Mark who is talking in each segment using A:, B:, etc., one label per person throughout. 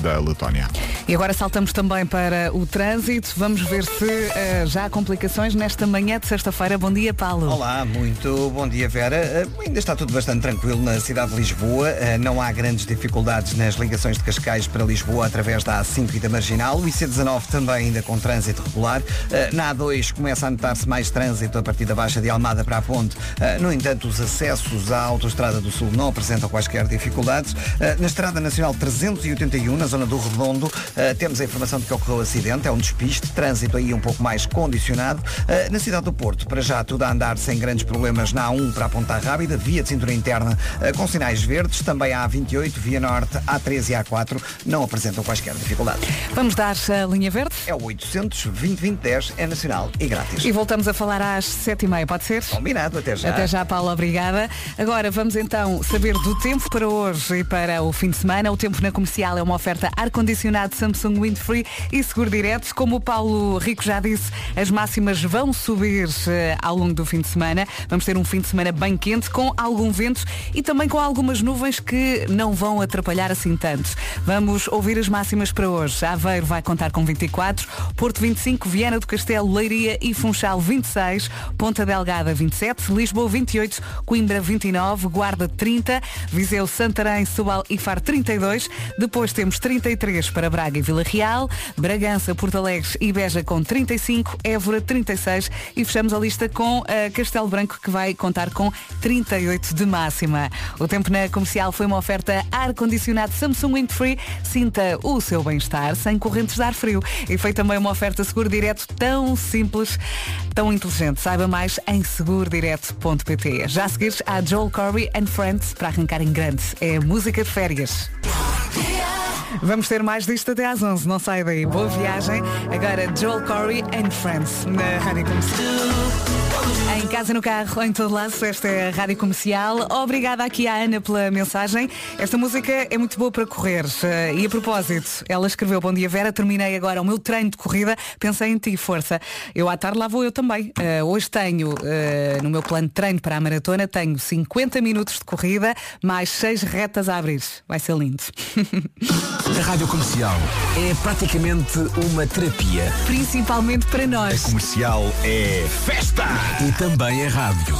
A: da Letónia.
B: E agora saltamos também para o trânsito. Vamos ver se eh, já há complicações nesta manhã de sexta-feira. Bom dia, Paulo.
C: Olá, muito bom dia, Vera. Ah, Ainda está tudo bastante tranquilo na cidade de Lisboa. Ah, Não há grandes dificuldades nas ligações de Cascais para Lisboa através da A5 e da Marginal. O IC19 também ainda com trânsito regular. Ah, Na A2 começa a notar-se mais trânsito a partir da Baixa de Almada para a Ponte. Ah, No entanto, os acessos à Autostrada do Sul não apresentam quaisquer dificuldades. Ah, Na Estrada Nacional 381, na zona do Redondo, ah, temos a informação de que ocorreu acidente. É um despiste, trânsito aí um pouco mais condicionado. Ah, Na cidade do Porto, para já tudo a andar sem grandes problemas na A1 para a Ponta Rábida, via de cintura interna ah, com sinais verdes, também a A28, via norte, A3 e A4 não apresentam quaisquer dificuldades.
B: Vamos dar a linha verde?
C: É o 800 2010 é nacional e grátis.
B: E voltamos a falar às sete e meia, pode ser?
C: Combinado, até já.
B: Até já, Paulo, obrigada. Agora vamos então saber do tempo para hoje e para o fim de semana. O tempo na comercial é uma oferta ar-condicionado Samsung Windfree e seguro direto. Como o Paulo Rico já disse, as máximas vão subir eh, ao longo do fim de semana. Vamos ter um fim de semana bem quente, com algum vento e também com algumas nuvens que não vão atrapalhar assim tanto. Vamos ouvir as máximas para hoje. Aveiro vai contar com 24, Porto 25, Viana do Castelo, Leiria e Funchal 26, Ponta Delgada 27, Lisboa 28, Coimbra 29, Guarda 30, Viseu, Santarém, Setúbal e Faro 32. Depois temos 33 para Braga e Vila Real, Bragança, Porto Alegre e Beja com 35, Évora 36 e fechamos a lista com eh, Castelo Branco que vai contar com 38 de máxima. O tempo na comercial foi uma oferta ar-condicionado Samsung Windfree. Sinta o seu bem-estar sem correntes de ar frio. E foi também uma oferta seguro direto tão simples, tão inteligente. Saiba mais em segurodireto.pt. Já a seguir há Joel Corey and Friends para arrancar em grande. É música de férias. Vamos ter mais disto até às 11, não sai daí. Boa viagem. Agora Joel Corey and Friends na Rádio Comercial. Em casa, no carro, em todo lado, esta é a Rádio Comercial. Obrigada aqui à Ana pela mensagem. Esta música é muito boa para correr. Eh, E a propósito, ela escreveu Bom dia Vera, terminei agora o meu treino de corrida, pensei em ti, força. Eu à tarde lá vou eu também. Eh, hoje tenho, eh, no meu plano de treino para a maratona, tenho 50 minutos de corrida, mais 6 retas a abrir. Vai ser lindo.
D: A Rádio Comercial é praticamente uma terapia
B: Principalmente para nós.
A: Comercial é festa!
D: e também é rádio.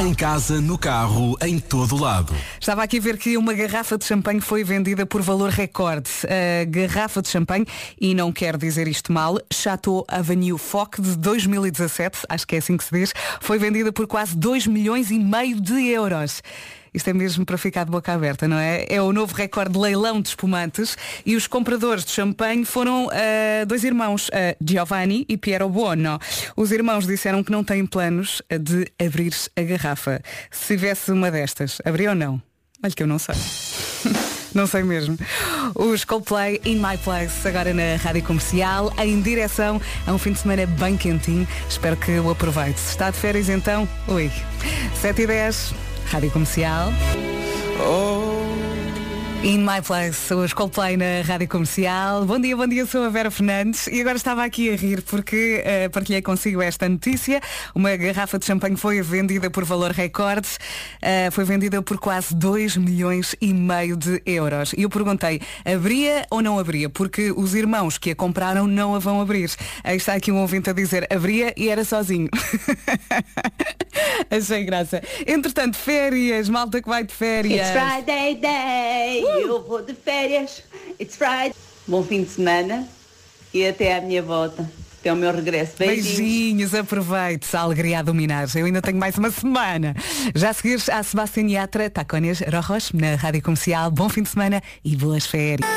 D: Em casa, no carro, em todo lado.
B: Estava aqui a ver que uma garrafa de champanhe foi vendida por valor recorde. A garrafa de champanhe, e não quero dizer isto mal, Chateau Avenue Foch de 2017, acho que é assim que se diz, foi vendida por quase 2 milhões e meio de euros. Isto é mesmo para ficar de boca aberta, não é? É o novo recorde de leilão de espumantes e os compradores de champanhe foram ah, dois irmãos, ah, Giovanni e Piero Buono. Os irmãos disseram que não têm planos eh, de abrir a garrafa. Se tivesse uma destas, abria ou não? Olha que eu não sei. Não sei mesmo. Os Coldplay In My Place, agora na Rádio Comercial, em direção a um fim de semana bem quentinho. Espero que o aproveite. Se está de férias, então, ui. 7 e 10, Rádio Comercial. In My Place, os Coldplay na Rádio Comercial. Bom dia, bom dia, sou a Vera Fernandes e agora estava aqui a rir porque eh, partilhei consigo esta notícia. Uma garrafa de champanhe foi vendida por valor recorde, eh, foi vendida por quase 2 milhões e meio de euros. E eu perguntei, abria ou não abria? Porque os irmãos que a compraram não a vão abrir. Aí está aqui um ouvinte a dizer, abria e era sozinho. Achei graça. Entretanto, férias, malta que vai de férias.
E: It's Friday day. Eu vou de férias. It's Friday. Bom fim de semana e até à minha volta. Até o meu regresso. Beijinhos.
B: Beijinhos, aproveite-se a alegria a dominar. Eu ainda tenho mais uma semana. Já a seguir a Sebastián Yatra, Tacones Rojos, na Rádio Comercial. Bom fim de semana e boas férias.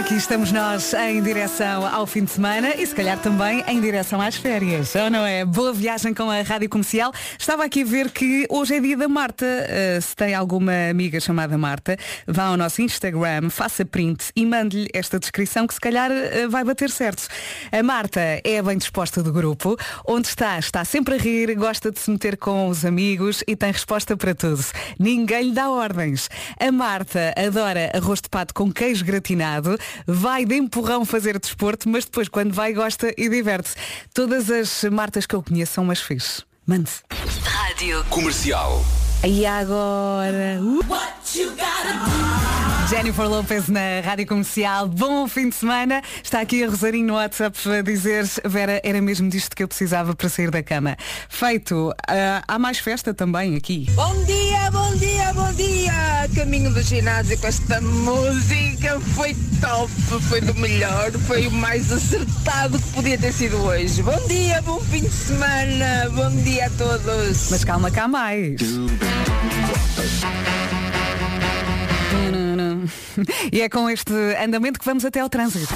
B: Aqui estamos nós em direção ao fim de semana e se calhar também em direção às férias, ou não é? Boa viagem com a Rádio Comercial. Estava aqui a ver que hoje é dia da Marta. Uh, se tem alguma amiga chamada Marta, vá ao nosso Instagram, faça print e mande-lhe esta descrição que se calhar uh, vai bater certo. A Marta é a bem disposta do grupo. Onde está? Está sempre a rir, gosta de se meter com os amigos e tem resposta para tudo. Ninguém lhe dá ordens. A Marta adora arroz de pato com queijo gratinado, vai de empurrão fazer desporto, mas depois quando vai gosta e diverte-se. Todas as Martas que eu conheço são umas fixe. Mande-se.
D: Comercial.
B: E agora? Uh. Jennifer Lopez na Rádio Comercial. Bom fim de semana. Está aqui a Rosarinho no WhatsApp a dizer Vera, era mesmo disto que eu precisava para sair da cama. Feito. Ah, há mais festa também aqui.
F: Bom dia, bom dia, bom dia! Caminho do ginásio com esta música foi top, foi do melhor, foi o mais acertado que podia ter sido hoje. Bom dia, bom fim de semana, bom dia a todos!
B: Mas calma cá mais. E é com este andamento que vamos até ao trânsito.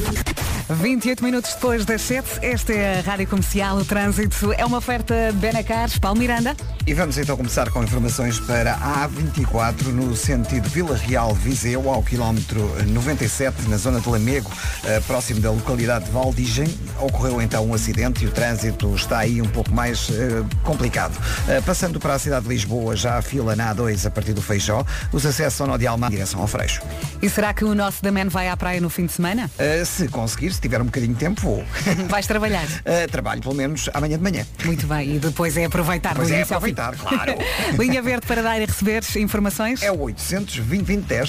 B: 28 minutos depois das 7, esta é a Rádio Comercial, o trânsito é uma oferta Benacar, Paulo Miranda.
C: E vamos então começar com informações para a A24 no sentido Vila Real Viseu ao quilómetro 97 na zona de Lamego, eh, próximo da localidade de Valdigem. Ocorreu então um acidente e o trânsito está aí um pouco mais eh, complicado. Eh, Passando para a cidade de Lisboa, já a fila na A2 a partir do Feijó, os acessos são no de Almada em direção ao Freixo.
B: E será que o nosso da Man vai à praia no fim de semana?
C: Eh, Se conseguir, se tiver um bocadinho de tempo, vou.
B: Vais trabalhar.
C: Eh, Trabalho pelo menos amanhã de manhã.
B: Muito bem, e depois é aproveitar
C: Pois
B: do
C: é,
B: início ao fim.
C: aproveitar, claro.
B: Linha verde para dar e receber informações.
C: É o 800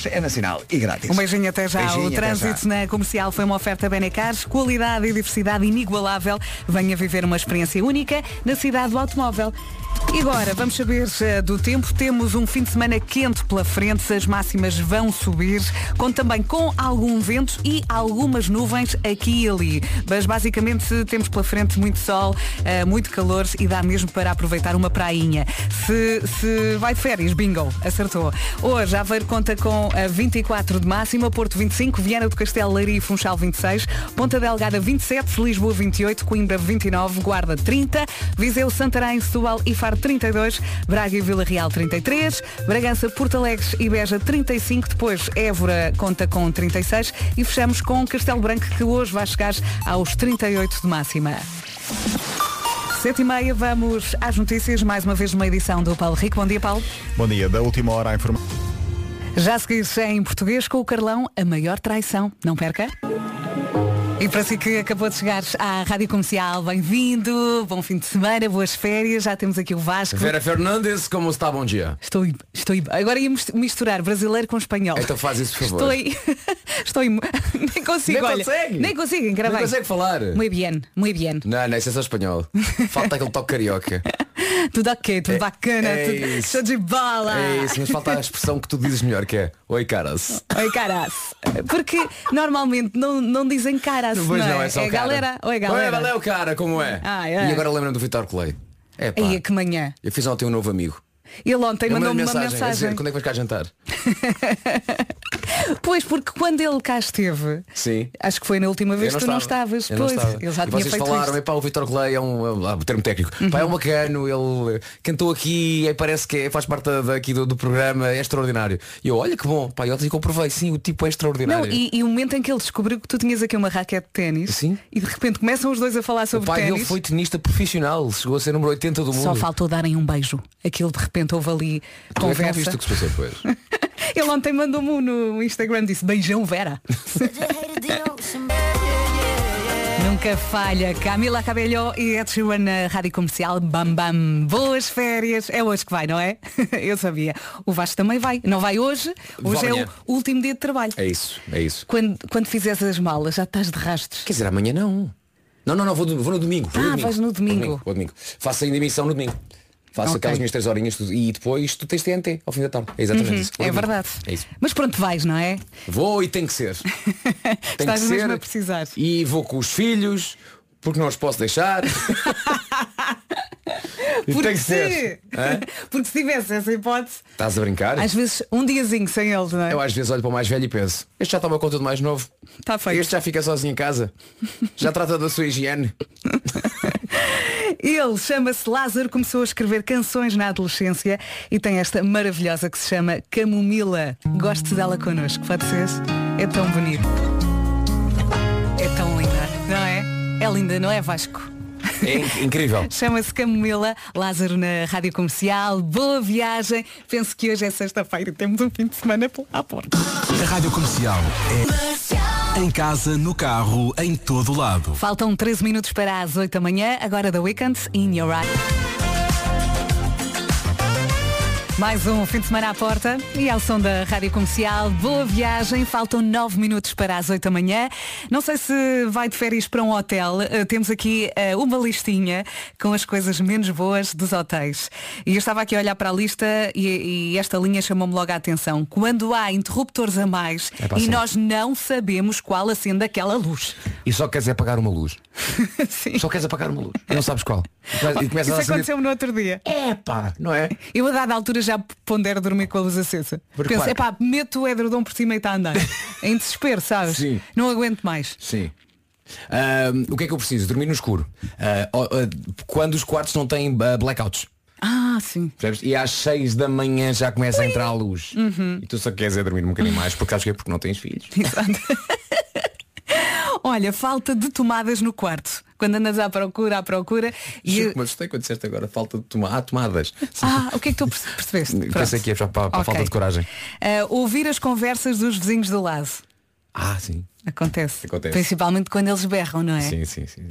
C: é nacional e grátis.
B: Um beijinho até já.
C: Beijinho,
B: o
C: até
B: trânsito
C: já.
B: na comercial foi uma oferta Benecars, qualidade e diversidade inigualável. Venha viver uma experiência única na cidade do automóvel. E agora, vamos saber eh, do tempo. Temos um fim de semana quente pela frente, as máximas vão subir, com também com algum vento e algumas nuvens aqui e ali. Mas basicamente temos pela frente muito sol, eh, muito calor e dá mesmo para aproveitar uma prainha. Se, se vai de férias, bingo, acertou. Hoje, Aveiro conta com a 24 de máxima, Porto 25, Viana do Castelo, Leiria e Funchal 26, Ponta Delgada 27, Lisboa 28, Coimbra 29, Guarda 30, Viseu, Santarém, Setúbal e Faro 32, Braga e Vila Real 33, Bragança, Porto Alegre e Beja 35, depois Évora conta com 36 e fechamos com Castelo Branco que hoje vai chegar aos 38 de máxima. Sete e meia, vamos às notícias, mais uma vez numa edição do Paulo Rico. Bom dia, Paulo.
A: Bom dia, da última hora a informação.
B: Já seguiste em português com o Carlão, a maior traição. Não perca. E para si que acabou de chegar à Rádio Comercial, bem-vindo, bom fim de semana, boas férias, já temos aqui o Vasco.
G: Vera Fernandes, como está? Bom dia.
B: Estou, estou, agora ia mis- misturar brasileiro com espanhol.
G: Então faz isso, por favor.
B: Estou, estou, nem consigo,
G: Nem
B: olha,
G: consegue.
B: nem consigo, engravar.
G: Não consegue falar.
B: Muy bien, muy bien.
G: Não, não, isso é só espanhol. Falta aquele toque carioca.
B: Tudo ok, tudo
G: É-
B: bacana,
G: é
B: tudo
G: isso.
B: show de bola.
G: É isso, mas falta a expressão que tu dizes melhor, que é Oi caras.
B: Oi, caras. Porque normalmente não, não dizem caras, não,
G: Pois
B: é?
G: não, é só cara.
B: galera. Oi,
G: Oi,
B: galera.
G: valeu, cara, como é?
B: Ah, é.
G: E agora lembra-me do Vitor Clay. É pá.
B: Aí é que manhã.
G: Eu fiz ontem um novo amigo.
B: Ele ontem
G: Ele
B: mandou-me uma
G: mensagem, a dizer,
B: mensagem.
G: quando é que vais cá jantar?
B: Pois, porque quando ele cá esteve,
G: Sim.
B: acho que foi na última vez que
G: Eu
B: tu não estavas.
G: Eu não
B: pois,
G: estava.
B: ele já
G: E
B: tinha
G: vocês
B: feito
G: falaram,
B: isto. Uhum.
G: epá, o Vitor Clay é um, ah, o termo técnico, Pá, é um bacano, ele eh, cantou aqui, eh, parece que é- faz parte da- daqui do, do programa, é extraordinário. E eu, olha que bom, pá, eu ontem comprovei, sim, o tipo é
B: Não,
G: extraordinário.
B: e, e o momento em que ele descobriu que tu tinhas aqui uma raquete de ténis
G: Sim.
B: e de repente começam os dois a falar
G: O
B: sobre
G: pai dele
B: ténis.
G: foi tenista profissional, chegou a ser número 80 do mundo.
B: Só faltou darem um beijo. Aquilo de repente houve ali
G: Tu é que não
B: conversa.
G: viste o que se passou depois.
B: Ele ontem mandou-me um no Instagram disse beijão Vera. Nunca falha. Camila Cabello e Ed Sheeran na Rádio Comercial. Bam bam. Boas férias. É hoje que vai, não é? Eu sabia. O Vasco também vai. Não vai hoje.
G: Vou
B: Hoje é o
G: amanhã.
B: último dia de trabalho.
G: É isso, é isso.
B: Quando, quando fizeres as malas, já estás de rastros.
G: Quer dizer, amanhã não. Não, não, não, vou, do- vou no domingo. vou
B: Ah, vais no domingo.
G: Vou Vou domingo. Faço ainda emissão no domingo. Faço
B: Ok.
G: aquelas minhas três horinhas tudo, e depois tu tens TNT ao fim da tarde. É exatamente isso. Vou
B: É
G: no domingo.
B: verdade.
G: É isso.
B: Mas pronto, vais, não é?
G: Vou e tem que ser. Tem
B: Estás
G: que
B: mesmo
G: ser.
B: a precisar.
G: E vou com os filhos, porque não os posso deixar. E tem que ser. É? Hã?
B: Porque se tivesse essa hipótese,
G: Estás a brincar?
B: às vezes um diazinho sem ele, não é?
G: Eu às vezes olho para o mais velho e penso, este já toma conta do mais novo.
B: Tá feito.
G: Este já fica sozinho em casa. Já trata da sua higiene.
B: Ele chama-se Lázaro, começou a escrever canções na adolescência e tem esta maravilhosa que se chama Camomila. Gosto dela connosco, pode ser? É tão bonito. É tão linda, não é? É linda, não é Vasco?
G: É in- incrível.
B: Chama-se Camomila, Lázaro na Rádio Comercial. Boa viagem. Penso que hoje é sexta-feira e temos um fim de semana à porta.
D: A Rádio Comercial é em casa, no carro, em todo lado.
B: Faltam 13 minutos para as 8 da manhã, agora da Weekend, In Your Eyes. Mais um fim de semana à porta e ao som da Rádio Comercial. Boa viagem, faltam 9 minutos para as 8 da manhã. Não sei se vai de férias para um hotel. Eh, temos aqui eh, uma listinha com as coisas menos boas dos hotéis. E eu estava aqui a olhar para a lista e, e esta linha chamou-me logo a atenção. Quando há interruptores a mais
G: É pá,
B: e
G: sim.
B: nós não sabemos qual acende aquela luz.
G: E só queres é apagar uma luz.
B: Sim.
G: Só queres apagar uma luz. E não sabes qual. E começa
B: Isso
G: a acender.
B: aconteceu-me no outro dia.
G: Epá, não é?
B: Eu a dada altura já pondero dormir com a luz acesa.
G: Porque,
B: Penso,
G: claro.
B: epá, meto o edredom por cima e está a andar. em desespero, sabes?
G: Sim.
B: Não aguento mais.
G: Sim. Ahm, o que é que eu preciso? Dormir no escuro. Ah, ó, ah, quando os quartos não têm ah, blackouts.
B: Ah, sim.
G: Percebes? E às 6 da manhã já começa a entrar a luz.
B: Uhum.
G: E tu só queres é dormir um bocadinho mais porque sabes que porque não tens filhos.
B: Olha, falta de tomadas no quarto. Quando andas à procura, à procura. E
G: Chico, mas gostei quando disseste agora falta de toma há tomadas.
B: Ah, o que é que tu perce- percebeste?
G: Pensei
B: Pronto.
G: que é ia para- para- para a
B: Ok.
G: falta de coragem.
B: Ah, ouvir as conversas dos vizinhos do lado.
G: Ah, sim.
B: Acontece.
G: Acontece.
B: Principalmente quando eles berram, não é?
G: Sim, sim, sim.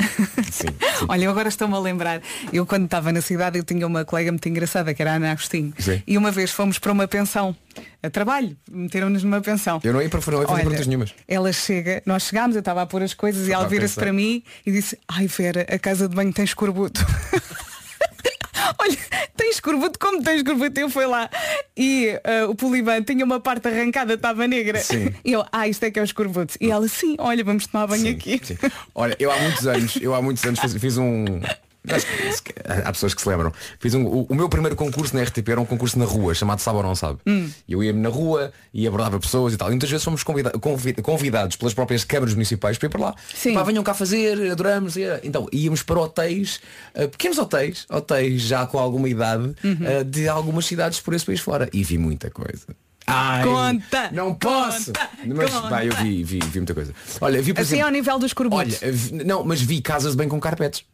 G: sim.
B: Olha, eu agora estou-me a lembrar. Eu quando estava na cidade eu tinha uma colega muito engraçada, que era a Ana Agostinho.
G: Sim.
B: E uma vez fomos para uma pensão. A trabalho, meteram-nos numa pensão.
G: Eu não ia para fora, não ia fazer
B: Olha,
G: perguntas nenhumas.
B: Ela chega, nós chegámos, eu estava a pôr as coisas e
G: Estava
B: ela
G: a
B: vira-se
G: pensar.
B: para mim e disse, ai Vera, a casa de banho tem escorbuto. Olha, tem escorbuto como tem escorbuto, eu fui lá. E ah, o Poliban tinha uma parte arrancada, estava negra.
G: Sim.
B: E eu, ah, isto é que é o escorbuto. E ela, sim, olha, vamos tomar banho
G: Sim,
B: aqui.
G: sim. Olha, eu há muitos anos, eu há muitos anos fiz, fiz um. acho que- se- Há pessoas que se lembram. Fiz um, o, o meu primeiro concurso na RTP era um concurso na rua, chamado Sabe ou Não Sabe.
B: Hum.
G: E Eu ia-me na rua e abordava pessoas e tal. E muitas vezes fomos convida- convi- convidados pelas próprias câmaras municipais para ir para lá.
B: Sim.
G: Pá, venham cá fazer, adoramos. E, eh, Então, íamos para hotéis, eh, pequenos hotéis, hotéis já com alguma idade,
B: Uhum.
G: eh, de algumas cidades por esse país fora. E vi muita coisa. Ai,
B: Conta,
G: Não posso!
B: conta,
G: Mas
B: conta.
G: pá, eu vi, vi, vi muita coisa. Olha, vi por
B: Assim
G: exemplo,
B: ao nível dos corbutos.
G: Olha, vi- não, mas vi casas bem com carpetes.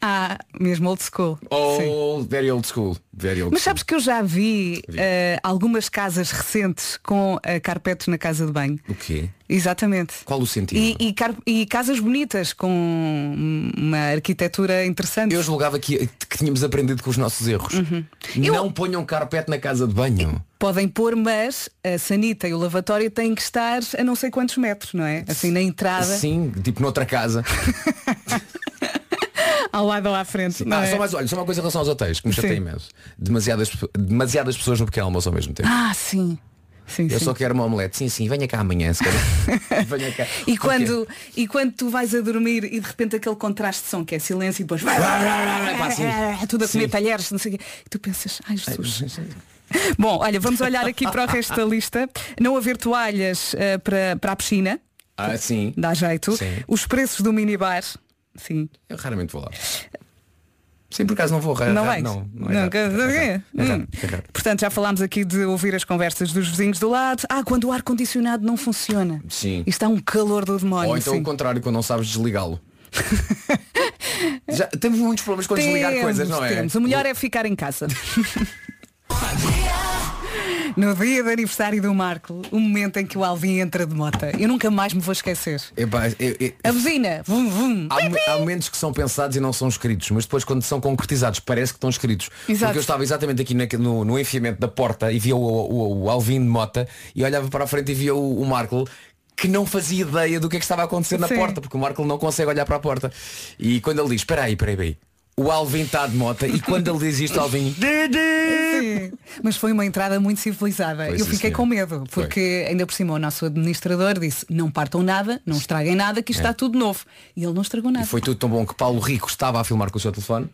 B: Ah, mesmo old school. Sim.
G: Oh, very old school. Very old
B: Mas
G: school.
B: sabes que eu já vi,
G: Vi.
B: eh, algumas casas recentes com eh, carpetes na casa de banho.
G: O quê?
B: Exatamente.
G: Qual o sentido?
B: E, e car- e casas bonitas com uma arquitetura interessante.
G: Eu julgava que, que tínhamos aprendido com os nossos erros.
B: Uhum. Eu-
G: Não ponham carpete na casa de banho.
B: Podem pôr, mas a sanita e o lavatório têm que estar a não sei quantos metros, não é? Assim na entrada,
G: Sim, tipo noutra casa.
B: ao lado ou à frente. não
G: Ah,
B: é?
G: só mais, olha, só uma coisa em relação aos hotéis, que me chateia
B: Sim.
G: imenso. Demasiadas, demasiadas pessoas no pequeno almoço ao mesmo tempo.
B: Ah, sim. Sim,
G: Eu
B: sim.
G: só quero uma omelete. Sim, sim, venha cá amanhã, se calhar. venha cá.
B: E quando, e quando tu vais a dormir e de repente aquele contraste de som que é silêncio e depois
G: pá, assim.
B: tudo a comer
G: Sim.
B: talheres, não sei o quê. E tu pensas, ai Jesus.
G: Porquê? é-
B: Bom, olha, vamos olhar aqui para o resto da lista. Não haver toalhas eh, para, para a piscina,
G: Ah, sim.
B: dá jeito.
G: Sim.
B: Os preços do minibar, sim.
G: Eu raramente vou lá. Sim, por acaso não vou raro.
B: Não vais?
G: raro, Ah, Não, não é
B: Nunca-
G: raro, é raro, é raro,
B: Hum.
G: é raro.
B: Portanto, já falámos aqui de ouvir as conversas dos vizinhos do lado. Ah, quando o ar-condicionado não funciona.
G: Sim.
B: Isto é um calor do demónio.
G: Ou então
B: sim.
G: o contrário, quando não sabes desligá-lo. Já, temos muitos problemas com desligar
B: Temos,
G: coisas, não é?
B: temos. O melhor é ficar em casa. No dia de aniversário do Marco, o momento em que o Alvin entra de mota. Eu nunca mais me vou esquecer.
G: Epá, eu- eu-
B: A buzina, vum, vum.
G: há, mo- há momentos que são pensados e não são escritos, mas depois quando são concretizados parece que estão escritos.
B: Exato.
G: Porque eu estava exatamente aqui na- no, no enfiamento da porta e via o, o- o Alvin de Mota e olhava para a frente e via o, o Marco que não fazia ideia do que é que estava a acontecer na
B: Sim.
G: porta, porque o Marco não consegue olhar para a porta. E quando ele diz, espera aí, espera aí, espera aí, o Alvin está de mota e quando ele diz isto, Alvin,
B: Sim. Mas foi uma entrada muito civilizada.
G: Foi,
B: Eu
G: sim,
B: fiquei
G: senhora.
B: com medo, porque ainda por cima o nosso administrador disse não partam nada, não estraguem nada, que isto está tudo novo. E ele não estragou nada.
G: É. E foi tudo tão bom que Paulo Rico estava a filmar com o seu telefone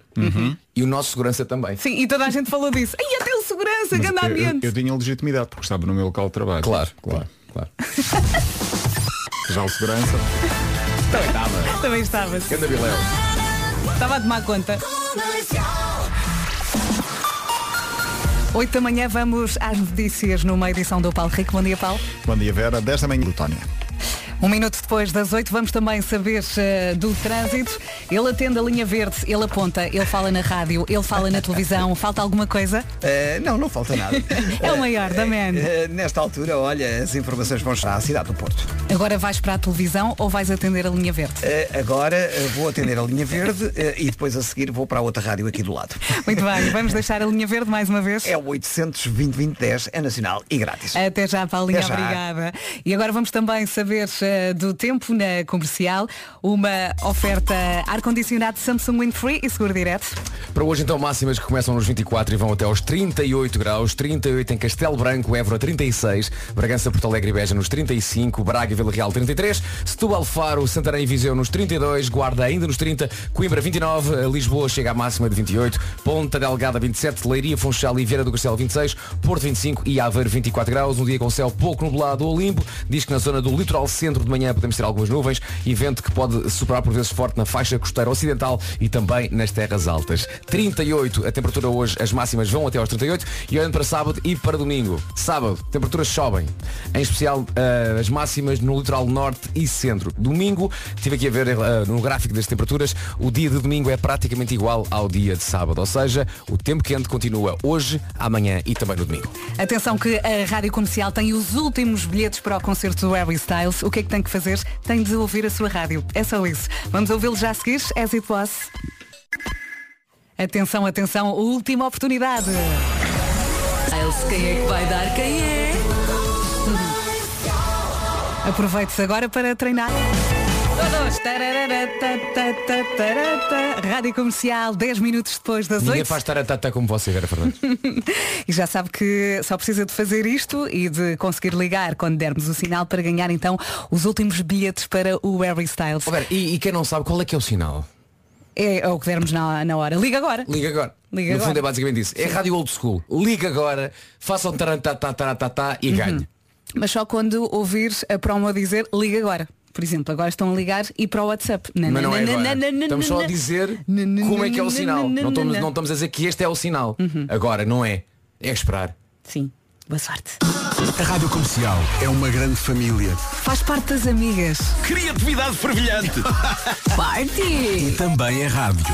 G: e o nosso segurança também.
B: Sim, e toda a gente falou disso. Ai, até o segurança,
A: Mas
B: grande
A: eu- eu,
B: ambiente.
A: eu tinha legitimidade porque estava no meu local de trabalho.
G: Claro, claro, claro.
A: Já o segurança.
G: Também estava.
B: Também estava.
G: Ganda Bileu.
B: Estava a tomar conta. 8 da manhã vamos às notícias numa edição do Paulo Rico. Bom dia, Paulo.
A: Bom dia, Vera. 10 da manhã, Letónia.
B: Um minuto depois das oito vamos também saber eh, do trânsito. Ele atende a linha verde, ele aponta, ele fala na rádio, ele fala na televisão. Falta alguma coisa?
C: Eh, não, não falta nada.
B: É o maior da man.
C: Eh, nesta altura, olha, as informações vão estar à cidade do Porto.
B: Agora vais para a televisão ou vais atender a linha verde?
C: Eh, agora eh, vou atender a linha verde eh, e depois a seguir vou para a outra rádio aqui do lado.
B: Muito bem, vamos deixar a linha verde mais uma vez.
C: É o 820-2010, é nacional e grátis.
B: Até já, Paulinha,
C: Até já.
B: obrigada. E agora vamos também saber eh, do tempo na comercial. Uma oferta ar-condicionado Samsung Wind Free e seguro direto.
G: Para hoje então máximas que começam nos 24 e vão até aos 38 graus, 38 em Castelo Branco, Évora 36, Bragança, Porto Alegre e Beja nos 35, Braga e Vila Real 33, Setúbal, Faro, Santarém e Viseu nos 32, Guarda ainda nos 30, Coimbra 29, eh, Lisboa chega à máxima de 28, Ponta Delgada 27, Leiria, Funchal e Vieira do Castelo 26, Porto 25 e Aveiro 24 graus, um dia com céu pouco nublado ou limpo, diz que na zona do litoral centro de manhã podemos ter algumas nuvens e vento que pode superar por vezes forte na faixa costeira ocidental e também nas terras altas. 38 a temperatura hoje, as máximas vão até aos 38 e olhando para sábado e para domingo. Sábado, temperaturas sobem, em especial ah, as máximas no litoral norte e centro. Domingo, estive aqui a ver ah, no gráfico das temperaturas, o dia de domingo é praticamente igual ao dia de sábado, ou seja, o tempo quente continua hoje, amanhã e também no domingo.
B: Atenção que a Rádio Comercial tem os últimos bilhetes para o concerto do Harry Styles. O que é que tem que fazer? Tem de ouvir a sua rádio. É só isso. Vamos ouvi-lo já a seguir. As it was. Atenção, atenção. Última oportunidade. Styles, quem é que vai dar? Quem é? Aproveite-se agora para treinar. Todos. Tararara, ta, ta, ta, tarata. Rádio Comercial, 10 minutos depois das
G: Ninguém
B: 8.
G: faz taratata como você, Vera Fernandes.
B: E já sabe que só precisa de fazer isto e de conseguir ligar quando dermos o sinal para ganhar então os últimos bilhetes para o Harry Styles.
G: Ó, Vera, e, e quem não sabe qual é que é o sinal?
B: É o que dermos na, na hora. Liga agora.
G: Liga agora.
B: Liga
G: no
B: agora.
G: fundo é basicamente isso. É rádio old school. Liga agora, faça um tarantatatatá
B: Uhum.
G: e ganhe.
B: Mas só quando ouvires a promo a dizer liga agora. Por exemplo, agora estão a ligar e para o WhatsApp.
G: Mas não é agora.
B: Nananana.
G: Estamos só a dizer
B: Nananana.
G: como é que é o sinal. Não estamos,
B: Nananana.
G: não estamos a dizer que este é o sinal.
B: Uhum.
G: Agora, não é. É esperar.
B: Sim. Boa sorte.
D: A Rádio Comercial é uma grande família.
B: Faz parte das amigas.
D: Criatividade fervilhante.
B: Party!
D: E também é rádio.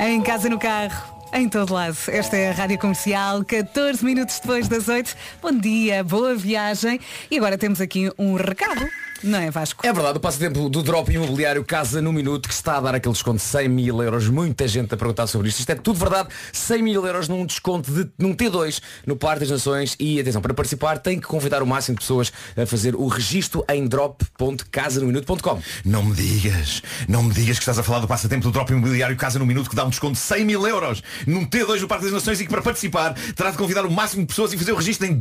B: Em casa, no carro, em todo lado. Esta é a Rádio Comercial, 14 minutos depois das 8. Bom dia, boa viagem. E agora temos aqui um recado, não é Vasco?
G: É verdade, o passatempo do Drop Imobiliário Casa no Minuto, que está a dar aquele desconto de 100 mil euros. Muita gente a perguntar sobre isto. Isto é tudo verdade. 100 mil euros num desconto de num T2 no Parque das Nações. E atenção, para participar tem que convidar o máximo de pessoas a fazer o registro em drop.casanominuto.com.
H: Não me digas, não me digas que estás a falar do passatempo do Drop Imobiliário Casa no Minuto que dá um desconto de 100 mil euros num T2 do Parque das Nações e que para participar terá de convidar o máximo de pessoas e fazer o registro em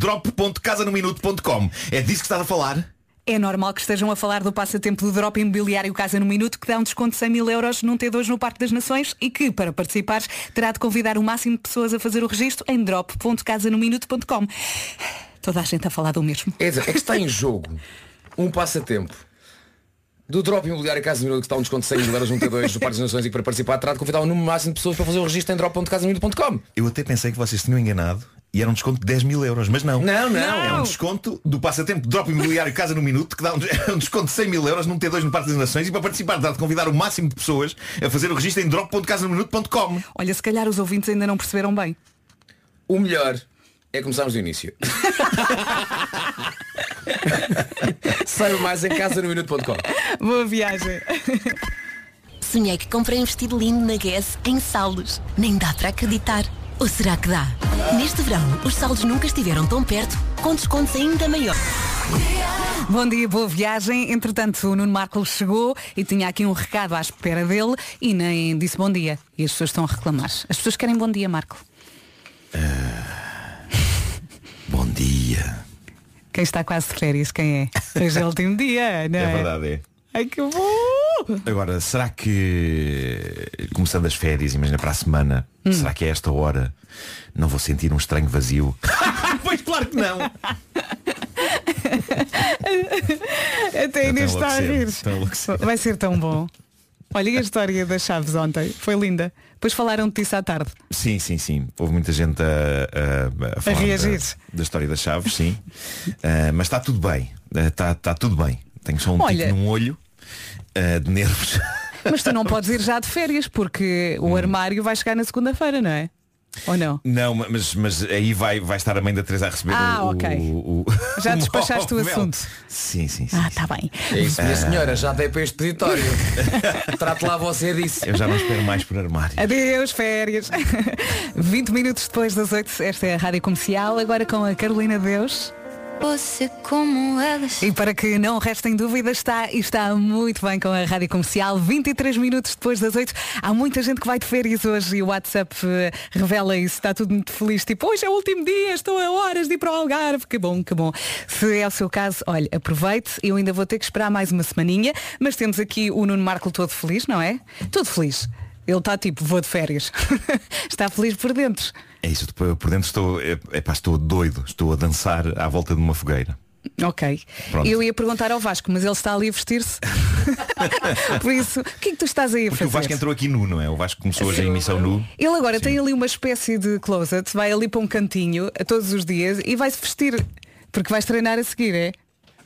H: drop.casanominuto.com. É disso que estás a falar?
B: É normal que estejam a falar do passatempo do Drop Imobiliário Casa no Minuto, que dá um desconto de 100 mil euros num T2 no Parque das Nações e que, para participares, terá de convidar o máximo de pessoas a fazer o registro em drop.casanominuto.com. Toda a gente a falar do mesmo.
G: É, dizer, é que está em jogo um passatempo do Drop Imobiliário Casa Minuto, que está a um desconto de 100 mil euros, um T2 do Parque das Nações e que para participar terá de convidar o número máximo de pessoas para fazer o registro em drop.casaminuto.com.
H: Eu até pensei que vocês tinham enganado e era um desconto de 10 mil euros, mas não.
G: Não, não.
H: É um desconto do passatempo Drop Imobiliário Casa no Minuto que dá um, é um desconto de 100 mil euros num T2 no Parque das Nações e para participar terá de convidar o máximo de pessoas a fazer o registro em drop.casanominuto.com.
B: Olha, se calhar os ouvintes ainda não perceberam bem.
G: O melhor é começarmos do início. Saiba mais em casanominuto.com.
B: Boa viagem.
I: Sonhei que comprei um vestido lindo na Guess em saldos. Nem dá para acreditar. Ou será que dá? Neste verão, os saldos nunca estiveram tão perto, com descontos ainda maiores.
B: Bom dia, boa viagem. Entretanto, o Nuno Marcos chegou e tinha aqui um recado à espera dele e nem disse bom dia. E as pessoas estão a reclamar. As pessoas querem bom dia, Marco.
H: Eh, Bom dia.
B: Quem está quase de férias, quem é? Hoje é o último dia, não é?
H: É verdade, é.
B: Ai que bom!
H: Agora, será que começando as férias, imagina para a semana,
B: Hum.
H: será que a esta hora não vou sentir um estranho vazio? pois claro que não!
B: Até a Inês está a rir.
H: Estou a enlouquecer.
B: Vai ser tão bom. Olha, e a história das chaves ontem? Foi linda. Depois falaram disso à tarde.
H: Sim, sim, sim. Houve muita gente a, a, falar
B: reagir.
H: Da, da história das chaves, sim. Ah, mas está tudo bem. Ah, Está está tudo bem. Tenho só um
B: Olha.
H: tico num olho ah, de nervos.
B: Mas tu não podes ir já de férias porque o armário vai chegar na segunda-feira, não é? Ou não?
H: Não, mas, mas aí vai, vai estar a mãe da Teresa a receber
B: Ah,
H: o,
B: ok.
H: o- o-
B: Já despachaste o
H: móvel.
B: assunto.
H: Sim, sim, sim.
B: Ah, tá bem.
G: É isso,
H: Ah.
G: minha senhora, já dei para este peditório. Trate lá você disso.
H: Eu já não espero mais por armário.
B: Adeus, férias. 20 minutos depois das 8, esta é a Rádio Comercial, agora com a Carolina Deus.
J: Você como elas.
B: E para que não restem dúvidas, está e está muito bem com a Rádio Comercial. 23 minutos depois das 8. Há muita gente que vai de férias hoje e o WhatsApp eh, revela isso. Está tudo muito feliz. Tipo, hoje é o último dia, estou a horas de ir para o Algarve. Que bom, que bom. Se é o seu caso, olha, aproveite. Eu ainda vou ter que esperar mais uma semaninha. Mas temos aqui o Nuno Marco todo feliz, não é? Todo feliz. Ele está tipo, vou de férias. está feliz por dentro.
H: É isso, por por dentro estou, é, epá, estou doido, estou a dançar à volta de uma fogueira.
B: Ok.
H: Pronto.
B: Eu ia perguntar ao Vasco, mas ele está ali a vestir-se. Por isso, o que é que tu estás aí a
H: Porque
B: fazer?
H: o Vasco entrou aqui nu, não é? O Vasco começou hoje a emissão nu.
B: Ele agora tem ali uma espécie de closet, vai ali para um cantinho a todos os dias e vai-se vestir. Porque vais treinar a seguir, é?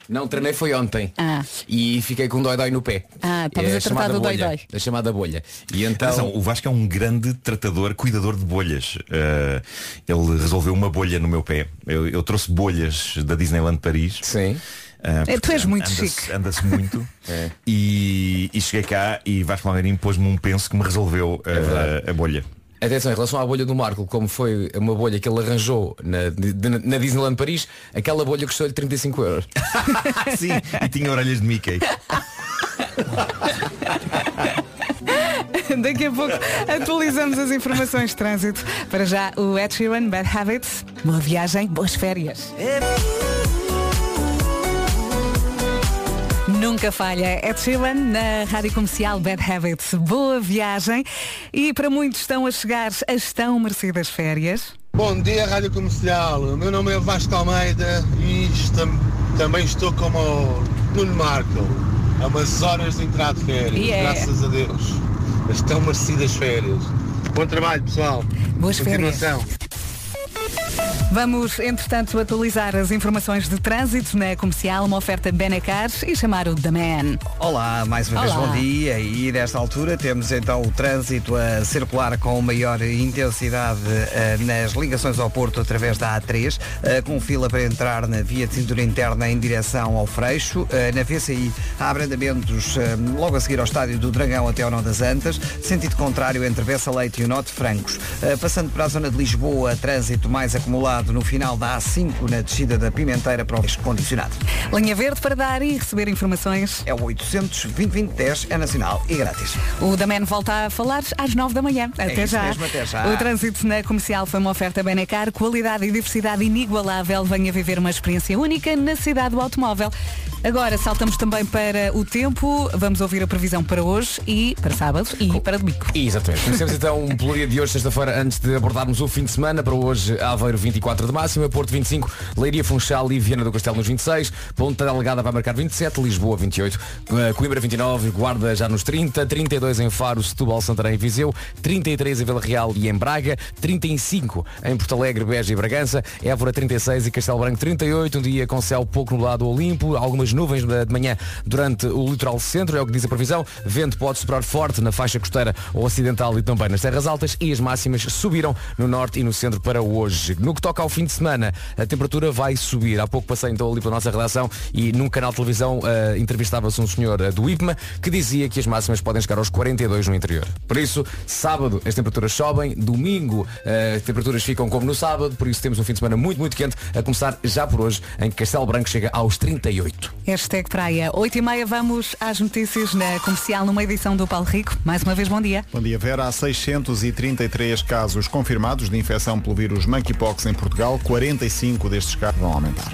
G: Não, treinei foi ontem.
B: Ah.
G: E fiquei com um dói-dói no pé.
B: Ah, estavas
G: É
B: a tratar
G: chamada
B: do
G: bolha.
B: dói-dói.
G: A chamada bolha. E
H: Atenção,
G: então.
H: o Vasco é um grande tratador, cuidador de bolhas. Eh, ele resolveu uma bolha no meu pé. Eu, eu trouxe bolhas da Disneyland Paris.
G: Sim.
H: Ah,
B: É, tu
H: porque
B: és muito
H: anda-se-
B: chique.
H: Anda-se muito.
G: É.
H: e, e cheguei cá e Vasco Palmeirinho pôs-me um penso que me resolveu ah,
G: É verdade.
H: a bolha.
G: Atenção, em relação à bolha do Marco, como foi uma bolha que ele arranjou na, de- na Disneyland Paris, aquela bolha custou-lhe 35 euros. Ah,
H: Sim, e tinha orelhas de Mickey.
B: Daqui a pouco atualizamos as informações de trânsito. Para já, o Ed Sheeran, Bad Habits. Boa viagem, boas férias. Nunca falha. Ed Sheeran na Rádio Comercial Bad Habits. Boa viagem. E para muitos estão a chegar as tão merecidas férias.
K: Bom dia, Rádio Comercial. O meu nome é Vasco Almeida e estam- também estou como o Nuno Marco. Há umas horas de entrar de férias,
B: E é.
K: graças a Deus. As tão merecidas férias. Bom trabalho, pessoal.
B: Boas férias.
K: Continuação.
B: Vamos, entretanto, atualizar as informações de trânsito na comercial, uma oferta Benacar e chamar o The Man.
C: Olá, mais uma vez
B: Olá.
C: bom dia e nesta altura temos então o trânsito a circular com maior intensidade eh, nas ligações ao Porto através da A3, eh, com fila para entrar na via de cintura interna em direção ao Freixo, eh, na VCI há abrandamentos eh, logo a seguir ao Estádio do Dragão até ao Nó das Antas, sentido contrário entre Bessa Leite e o Nó de Francos. Eh, Passando para a zona de Lisboa, trânsito mais acumulado no final da A5 na descida da Pimenteira para o condicionado.
B: Linha Verde para dar e receber informações.
C: É o 800-2020-10, é nacional e grátis.
B: O Daman volta a falar às 9 da manhã. É Até,
C: isso
B: já.
C: mesmo, até já.
B: O trânsito na comercial foi uma oferta Benacar, qualidade e diversidade inigualável. Venha viver uma experiência única na cidade do automóvel. Agora saltamos também para o tempo. Vamos ouvir a previsão para hoje e para sábado e para domingo.
G: Exatamente. Comecemos então um pelo dia de hoje, sexta-feira, antes de abordarmos o fim de semana. Para hoje, Aveiro 24 de máxima, Porto 25, Leiria Funchal e Viana do Castelo nos 26, Ponta Delegada vai marcar 27, Lisboa 28, eh, Coimbra 29, Guarda já nos 30, 32 em Faro, Setúbal, Santarém e Viseu, 33 em Vila Real e em Braga, 35 em Porto Alegre, Beja e Bragança, Évora 36 e Castelo Branco 38, um dia com céu pouco nublado ou limpo, algumas nuvens de de manhã durante o litoral centro, é o que diz a previsão, vento pode soprar forte na faixa costeira ou ocidental e também nas terras altas e as máximas subiram no norte e no centro para hoje. No que toca ao fim de semana, a temperatura vai subir. Há pouco passei então ali pela nossa redação e num canal de televisão eh, entrevistava-se um senhor eh, do IPMA que dizia que as máximas podem chegar aos 42 no interior. Por isso, sábado as temperaturas sobem, domingo eh, as temperaturas ficam como no sábado, por isso temos um fim de semana muito, muito quente, a começar já por hoje, em que Castelo Branco chega aos 38.
B: Hashtag Praia 8 e meia, vamos às notícias na comercial numa edição do Paulo Rico. Mais uma vez, bom dia.
A: Bom dia, Vera. Há 633 casos confirmados de infecção pelo vírus monkeypox em Portugal. 45 destes casos vão aumentar.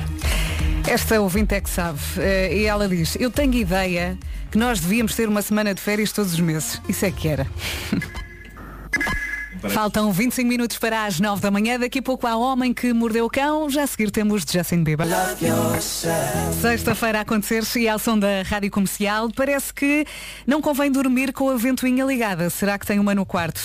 B: Esta ouvinte é que sabe, eh, e ela diz, eu tenho ideia que nós devíamos ter uma semana de férias todos os meses. Isso é que era. Faltam 25 minutos para as 9 da manhã. Daqui a pouco há Homem que Mordeu o Cão. Já a seguir temos Justin Bieber. Sexta-feira a acontecer e ao som da Rádio Comercial. Parece que não convém dormir com a ventoinha ligada. Será que tem uma no quarto?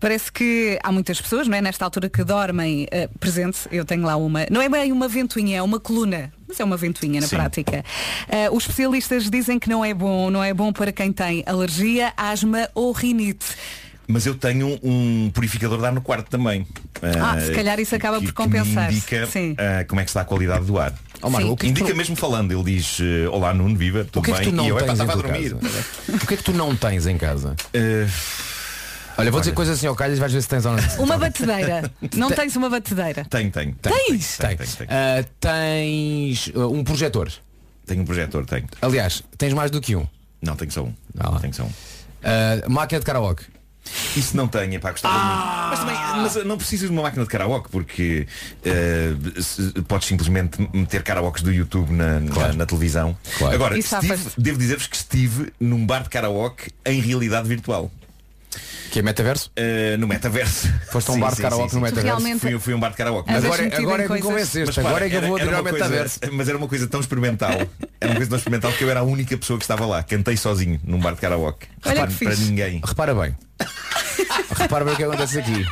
B: Parece que há muitas pessoas, não é? Nesta altura que dormem eh, presente, eu tenho lá uma. Não é bem uma ventoinha, é uma coluna. Mas é uma ventoinha na
L: Sim.
B: prática. Ah, os especialistas dizem que não é bom, não é bom para quem tem alergia, asma ou rinite.
H: Mas eu tenho um purificador de ar no quarto também.
B: Ah, se calhar isso acaba por compensar.
H: me indica
B: Sim.
H: ah, como é que está a qualidade do ar.
B: Ó, Marco, Sim. o que é que
H: indica
B: tu-
H: mesmo falando, ele diz eh, Olá Nuno, viva, tudo
G: O que é que
H: bem?
G: tu não
H: e eu "Epá,
G: tens em
H: estava a
G: tua
H: dormir. Eh,
G: casa? O que é que tu não tens em casa? Olha, vou dizer coisas assim ao calhas, vais ver se tens ou não.
B: Uma batedeira. Não
G: Tem-
B: tens uma batedeira.
H: Tenho, tenho.
G: Tens? Tens. Ah, Tens ah, um projetor.
H: Tenho um projetor, tenho.
G: Aliás, tens mais do que um.
H: Não, tenho só um. Tenho só um.
G: Ah, máquina de karaoke.
H: Isso não tenho, pá, gostava
B: Ah!
G: Ah.
H: muito. Mas também mas eh, não precisas de uma máquina de karaoke porque eh, se- podes simplesmente meter karaokes do YouTube na, na- na televisão. Agora,
B: E
H: estive-
B: safas-te.
H: devo dizer-vos que estive num bar de karaoke em realidade virtual.
G: Que é metaverso?
H: eh, no metaverso.
G: Foste a um bar de karaoke no metaverso? Realmente-
H: Fui, fui a um bar de karaoke.
G: Andas Agora- metido agora em é que me coisas. convenceste,
H: pá,
G: agora é que eu
H: era-
G: vou
H: era
G: adorar
H: uma
G: o
H: coisa-
G: metaverso.
H: Mas era uma coisa tão experimental. Era uma coisa tão experimental que eu era a única pessoa que estava lá. Cantei sozinho num bar de karaoke.
G: Olha
H: Repare,
G: que
H: para
G: fixe.
H: ninguém.
G: Repara bem. Repara bem o que acontece aqui.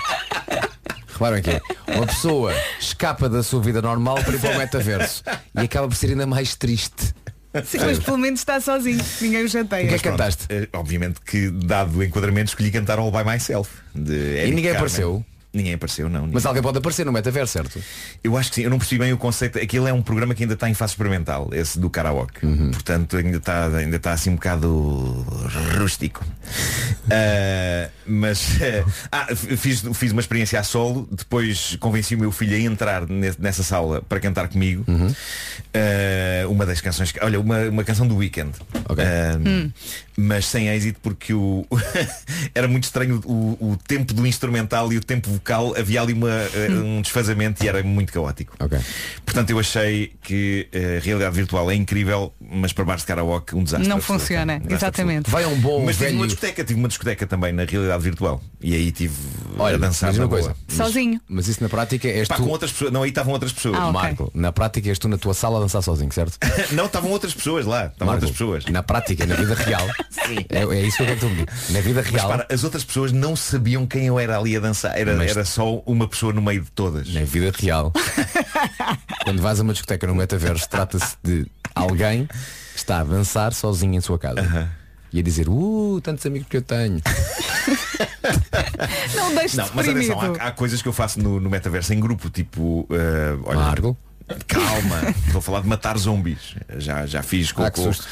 G: Repara bem que é. Uma pessoa escapa da sua vida normal para ir para o metaverso e acaba por ser ainda mais triste.
B: Sim, mas pelo menos está sozinho. Ninguém o chateia.
G: é
H: Mas pronto, eh, obviamente que, dado o enquadramento, escolhi cantar All By Myself. de
G: ninguém
H: Eric Carmen.
G: apareceu?
H: Ninguém apareceu, não.
G: Mas alguém pode aparecer no metaverso, certo?
H: Eu acho que sim, eu não percebi bem o conceito. Aquilo é um programa que ainda está em fase experimental, esse do karaoke. Portanto, ainda está, ainda está assim um bocado rústico. Ah, mas eh, ah, f- fiz, fiz uma experiência a solo, depois convenci o meu filho a entrar ne- nessa sala para cantar comigo.
G: Uhum.
H: Ah, uma das canções que. Olha, uma, uma canção do weekend.
B: Hum.
H: Mas sem êxito porque o era muito estranho o, o tempo do instrumental e o tempo vocal, havia ali uma, eh,
B: Hum.
H: um desfazamento e era muito caótico. Portanto, eu achei que eh, a realidade virtual é incrível, mas para bares de karaoke um desastre.
B: Não
H: absoluto.
B: funciona,
H: Um desastre
B: exatamente.
H: absoluto.
B: Vai a um bom
H: Mas tive
B: velho-
H: uma discoteca, tive uma discoteca também na realidade virtual. E aí tive a dançar
G: diz uma
H: na boa.
G: coisa.
B: Sozinho.
G: Mas isso na prática és
H: Pá,
G: tu.
H: com outras pessoas. Não, aí estavam outras pessoas.
B: Ah, ok.
G: Marco, na prática és tu na tua sala a dançar sozinho, certo?
H: Não, estavam outras pessoas lá. Estavam
G: Marco,
H: outras pessoas.
G: Na prática, na vida real.
H: Sim.
G: É, é isso que eu quero que tu me digas. Na vida
H: Mas
G: real.
H: para, as outras pessoas não sabiam quem eu era ali a dançar. Era,
G: Mas-
H: era só uma pessoa no meio de todas.
G: Na vida real. Quando vais a uma discoteca no metaverso, trata-se de alguém que está a dançar sozinho em sua casa. E a dizer, uh, tantos amigos que eu tenho.
B: Não deixes
H: Não, mas
B: deprimido.
H: atenção, há, há coisas que eu faço no, no metaverso em grupo, tipo, eh, olha, calma, estou a falar de matar zombies. Já, já fiz com,
G: Ah, que
H: com,
G: susto.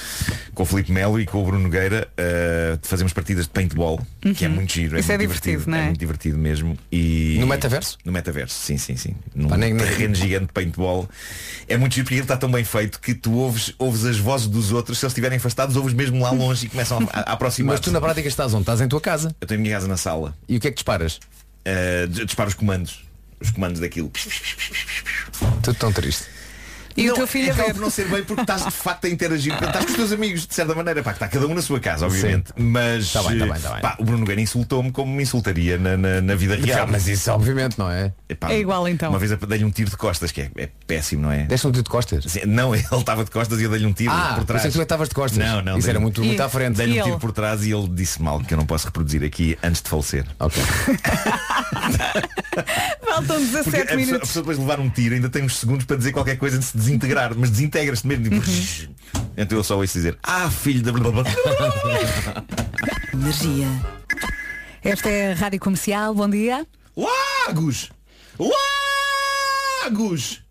H: com o Felipe Melo e com o Bruno Nogueira, eh, fazemos partidas de paintball, que é
B: Uhum.
H: muito giro,
B: Isso
H: é,
B: é
H: muito
B: divertido, não é?
H: muito divertido mesmo. E
G: No metaverso?
H: No metaverso, sim, sim, sim. Num
G: Pá, nem- nem-
H: terreno gigante de paintball. É muito giro porque ele está tão bem feito que tu ouves, ouves as vozes dos outros, se eles estiverem afastados, ouves mesmo lá longe e começam a, a aproximar.
G: Mas tu na prática estás onde? Estás em tua casa.
H: Eu tenho a minha casa na sala. eh,
G: E o que é que disparas?
H: disparo os comandos. Os comandos daquilo.
G: Estou tão triste.
B: E o teu
G: é
B: filho a
H: acaba
B: ver.
H: por não ser bem porque estás de facto a interagir. Portanto, Estás com os teus amigos, de certa maneira. Pá, que está cada um na sua casa, obviamente. Mas
G: Tá bem, tá bem, tá bem.
H: pá, o Bruno Nogueira insultou-me como me insultaria na, na- na vida real.
G: Ah, mas isso obviamente não é.
H: Epá,
B: É igual, então.
H: Uma vez eu dei-lhe um tiro de costas, que é, é péssimo, não é?
G: Deste um tiro de costas?
H: Sim, Não, ele estava de costas e eu dei-lhe um tiro
G: Ah,
H: por trás.
G: pensei que tu é que estavas de costas.
H: Não, não.
G: Isso
H: dei-lhe
G: era
H: um-
G: muito- muito
B: E- à frente.
H: Dei-lhe
B: e
H: um tiro
B: ele?
H: por trás e ele disse mal que eu não posso reproduzir aqui antes de falecer.
G: Ok.
B: Faltam
H: Porque a
B: 17
G: é-
H: pessoa, a
B: minutos.
H: pessoa depois de levar um tiro ainda tem uns segundos para dizer qualquer coisa antes de se desintegrar, mas desintegra-se mesmo. Tipo, Então eu só ouço dizer, ah, filho da blá blá blá."
G: é-
B: Energia. Esta é a Rádio Comercial, bom dia.
H: Lagos! Lagos!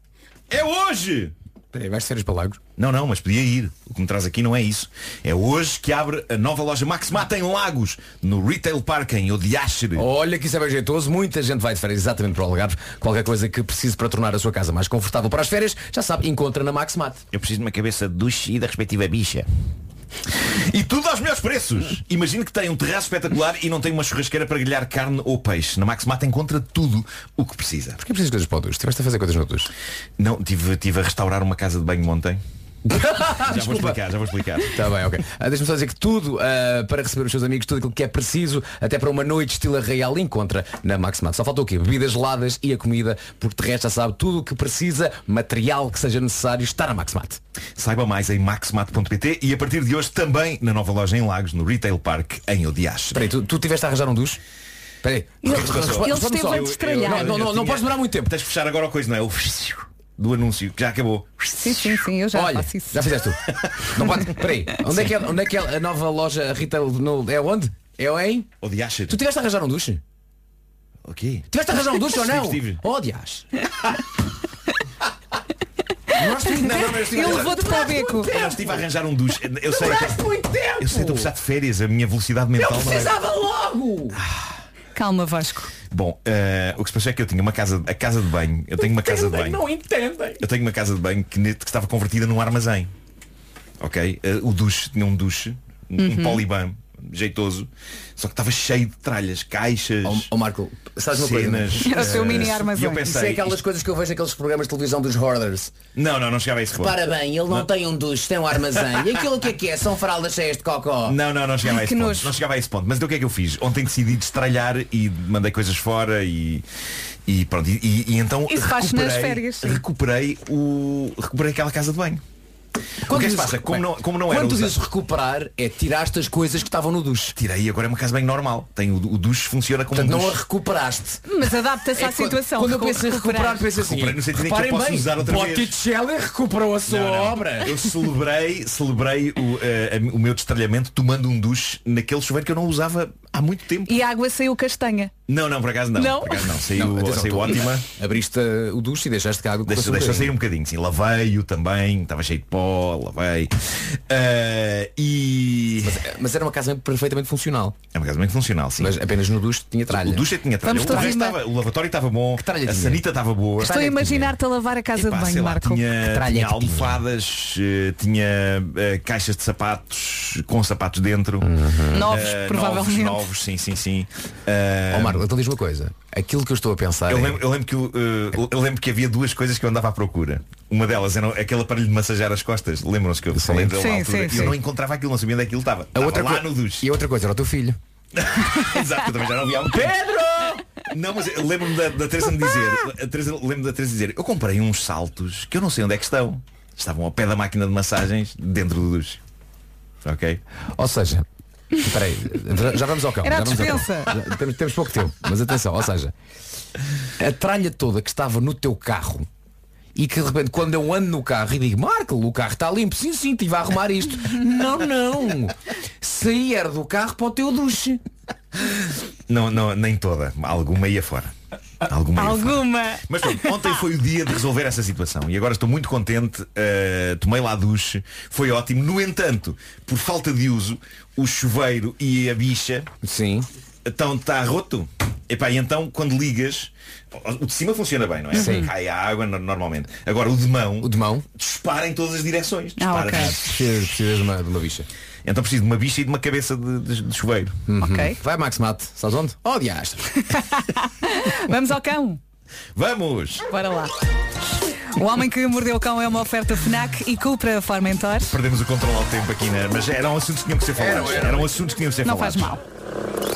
H: É hoje!
G: Peraí, vais ser os palagos?
H: Não, não, mas podia ir. O que me traz aqui não é isso. É hoje que abre a nova loja Max Mata em Lagos, no Retail Park em Odiastre.
G: Olha que isso é bem jeitoso, muita gente vai de férias exatamente para o Algarve. Qualquer coisa que precise para tornar a sua casa mais confortável para as férias, já sabe, encontra na Maxmat.
H: Eu preciso de uma cabeça de duche e da respectiva bicha. E tudo aos melhores preços. Imagino que tem um terraço espetacular e não tem uma churrasqueira para grelhar carne ou peixe. Na Max Mata encontra tudo o que precisa.
G: Porquê precisas de é coisas para o duche? Estiveste a fazer coisas no duche?
H: Não, tive, tive a restaurar uma casa de banho ontem. já vou
G: Desculpa.
H: explicar, já vou explicar.
G: Está bem, ok. Ah, Deixa-me só dizer que tudo ah, para receber os seus amigos, tudo aquilo que é preciso, até para uma noite estilo arraial, encontra na Maxmat. Só falta o quê? Bebidas geladas e a comida, porque de resto já sabe tudo o que precisa, material que seja necessário, está na Maxmat.
H: Saiba mais em maxmat.pt e a partir de hoje também na nova loja em Lagos, no Retail Park, em Odias.
G: Espera aí, tu, tu tiveste a arranjar um duche? Espera aí.
B: Ele-
G: Responde-me
B: ele esteve
G: só.
B: a destralhar.
G: Não, não, não, não podes demorar muito tempo.
H: Tens de fechar agora a coisa, não é? O... do anúncio, que já acabou.
B: Sim, sim, sim, eu já
G: Olha,
B: faço isso.
G: já fizeste tu. Não pode. Peraí, onde é, que é, onde é que é a nova loja retail? No, é onde? É em?
H: O Diacher.
G: Tu tiveste a arranjar um duche?
H: O quê?
G: Tiveste a arranjar um duche ou não?
H: Sim, tive.
G: Oh, dias. Nós tivemos-
H: Não, não, mas eu estive a
B: Ele
H: arranjar-
B: levou-te para o beco.
H: Eu estive a arranjar um duche. Eu sei
G: Demoraste
H: que.
G: muito tempo!
H: Eu sei, estou a precisar de Ah, férias, a minha velocidade
G: Eu
H: mental. não é-
G: precisava logo!
B: Calma, Vasco.
H: Bom, eh, o que se passou é que eu tinha uma casa, a casa de banho. Eu tenho uma casa de banho.
G: Não entendem!
H: Eu tenho uma casa de banho que, ne- que estava convertida num armazém. Ok? Eh, o duche, tinha um duche, um, um poliban jeitoso, só que estava cheio de tralhas, caixas,
G: Ó ó, Marco, um- sabes uma coisa? não é?
H: cenas.
B: Era o teu
H: eh,
B: mini
H: e
B: armazém.
H: eu pensei,
B: Isso
G: Isso é aquelas
H: isto-
G: coisas que eu vejo naqueles programas de televisão dos hoarders.
H: Não, não, não chegava a isso.
G: Para bem, ele não tem um duche, tem um armazém. E aquilo que é que é? São fraldas cheias de cocó.
H: Não, não, não chegava a esse
B: que
H: ponto.
B: nojo.
H: Não chegava a esse ponto. Mas então o que é que eu fiz? Ontem decidi destralhar e mandei coisas fora e, e pronto. E, e- e então
B: Isso faz-se nas
H: recuperei-
B: férias, sim.
H: recuperei o recuperei aquela casa de banho. o que é que se
G: dizes-
H: passa? Como
G: bem,
H: não, como não era
G: Quando tu
H: usa-
G: dizes recuperar, é tiraste as coisas que estavam no duche.
H: Tirei e agora é uma casa bem normal. Tem o, o duche funciona como
G: Portanto,
H: um
G: não a
H: duche.
G: recuperaste.
B: Mas adapta-se
G: É
B: à
G: que quando-
B: situação.
G: Quando eu penso em recuperar, penso assim.
H: Recuperei no sentido em que eu
G: reparem
H: posso
G: bem,
H: usar outra vez.
G: Botticelli recuperou a sua
H: Não, não.
G: obra.
H: Eu celebrei, celebrei o, eh, a- o meu destralhamento tomando um duche naquele chuveiro que eu não usava há muito tempo.
B: E a água saiu castanha.
H: Não, não, por acaso não.
B: Não?
H: Por acaso não. Saiu,
G: Não, atenção,
H: saiu
G: tu
H: ótima.
G: Abriste uh, o duche e deixaste que a água
H: Deixa,
G: corresse um
H: deixa
G: bocadinho.
H: sair um bocadinho, sim. Lavei-o também, estava cheio de pó, lavei. Eh, e.
G: Mas era uma casa perfeitamente funcional.
H: É uma casa bem funcional, sim.
G: Mas apenas no duche tinha tralha.
H: o duche tinha tralha.
B: Vamos
H: O,
B: todos
H: tralha
B: ima-
H: estava, o lavatório estava bom,
G: tralha
H: a
G: tinha?
H: sanita estava boa.
B: Estou a imaginar-te a lavar a casa
H: Epá,
B: de
H: sei
B: banho,
H: lá,
B: Marco.
H: Tinha,
G: tralha é
H: tinha
G: que tinha?
H: almofadas, eh, tinha eh, caixas de sapatos com sapatos dentro.
B: Novos,
H: Eh,
B: provavelmente.
H: Novos, novos, sim, sim, sim. Eh,
G: Uhum. Ó Marco, então diz uma coisa. Aquilo que eu estou a pensar.
H: eu,
G: é-
H: lembro, eu lembro que, o, eh, eu lembro que havia duas coisas que eu andava à procura. Uma delas era aquele aparelho de massagear as costas. Lembram-se que eu falei dele
B: Sim,
H: na altura.
B: sim,
H: E
B: sim.
H: eu não encontrava aquilo, não sabia onde é que aquilo estava.
G: A
H: Estava
G: outra
H: lá
G: coi-
H: no duche.
G: E a outra coisa era o teu filho.
H: Exato, eu também já não vi há um
G: Pedro!
H: Não, mas eu lembro-me da, da Teresa me dizer, a Teresa, lembro-me da Teresa dizer, eu comprei uns saltos que eu não sei onde é que estão. Estavam ao pé da máquina de massagens dentro do duche. Ok?
G: Ou seja, peraí, já vamos ao cão.
B: Era a
G: já vamos ao cão.
B: dispensa.
G: Já- Temos, temos pouco tempo, mas atenção, ou seja, a tralha toda que estava no teu carro e que de repente quando eu ando no carro e digo, Marco, o carro está limpo, sim, sim, estive a arrumar isto. não, não. Saí era do carro para o teu duche.
H: Não, não, nem toda. Alguma ia fora. Alguma ia fora.
B: Alguma.
H: Mas pronto, ontem foi o dia de resolver essa situação e agora estou muito contente. eh, tomei lá a duche, foi ótimo. No entanto, por falta de uso, o chuveiro e a bicha
G: Sim.
H: Então está roto? Epá, e então quando ligas, o de cima funciona bem, não é?
G: Sim.
H: Cai a água no- normalmente. Agora o de mão,
G: O de mão.
H: dispara em todas as direções.
B: Ah,
H: Dispara.
B: ok.
G: Precisas precisas de uma, de uma bicha.
H: Então preciso de uma bicha e de uma cabeça de, de- de chuveiro.
G: Hum.
B: Ok.
G: Vai Max Mate, sabes onde? Oh diastro. Uhum.
B: Vamos ao cão.
H: Vamos!
B: Bora lá. O Homem que Mordeu o Cão é uma oferta FNAC e Cupra Formentor.
H: Perdemos o controle ao tempo aqui, né? mas eram assuntos que tinham que ser falados. Eram assuntos que tinham que ser
B: Não faz
H: falados.
B: mal.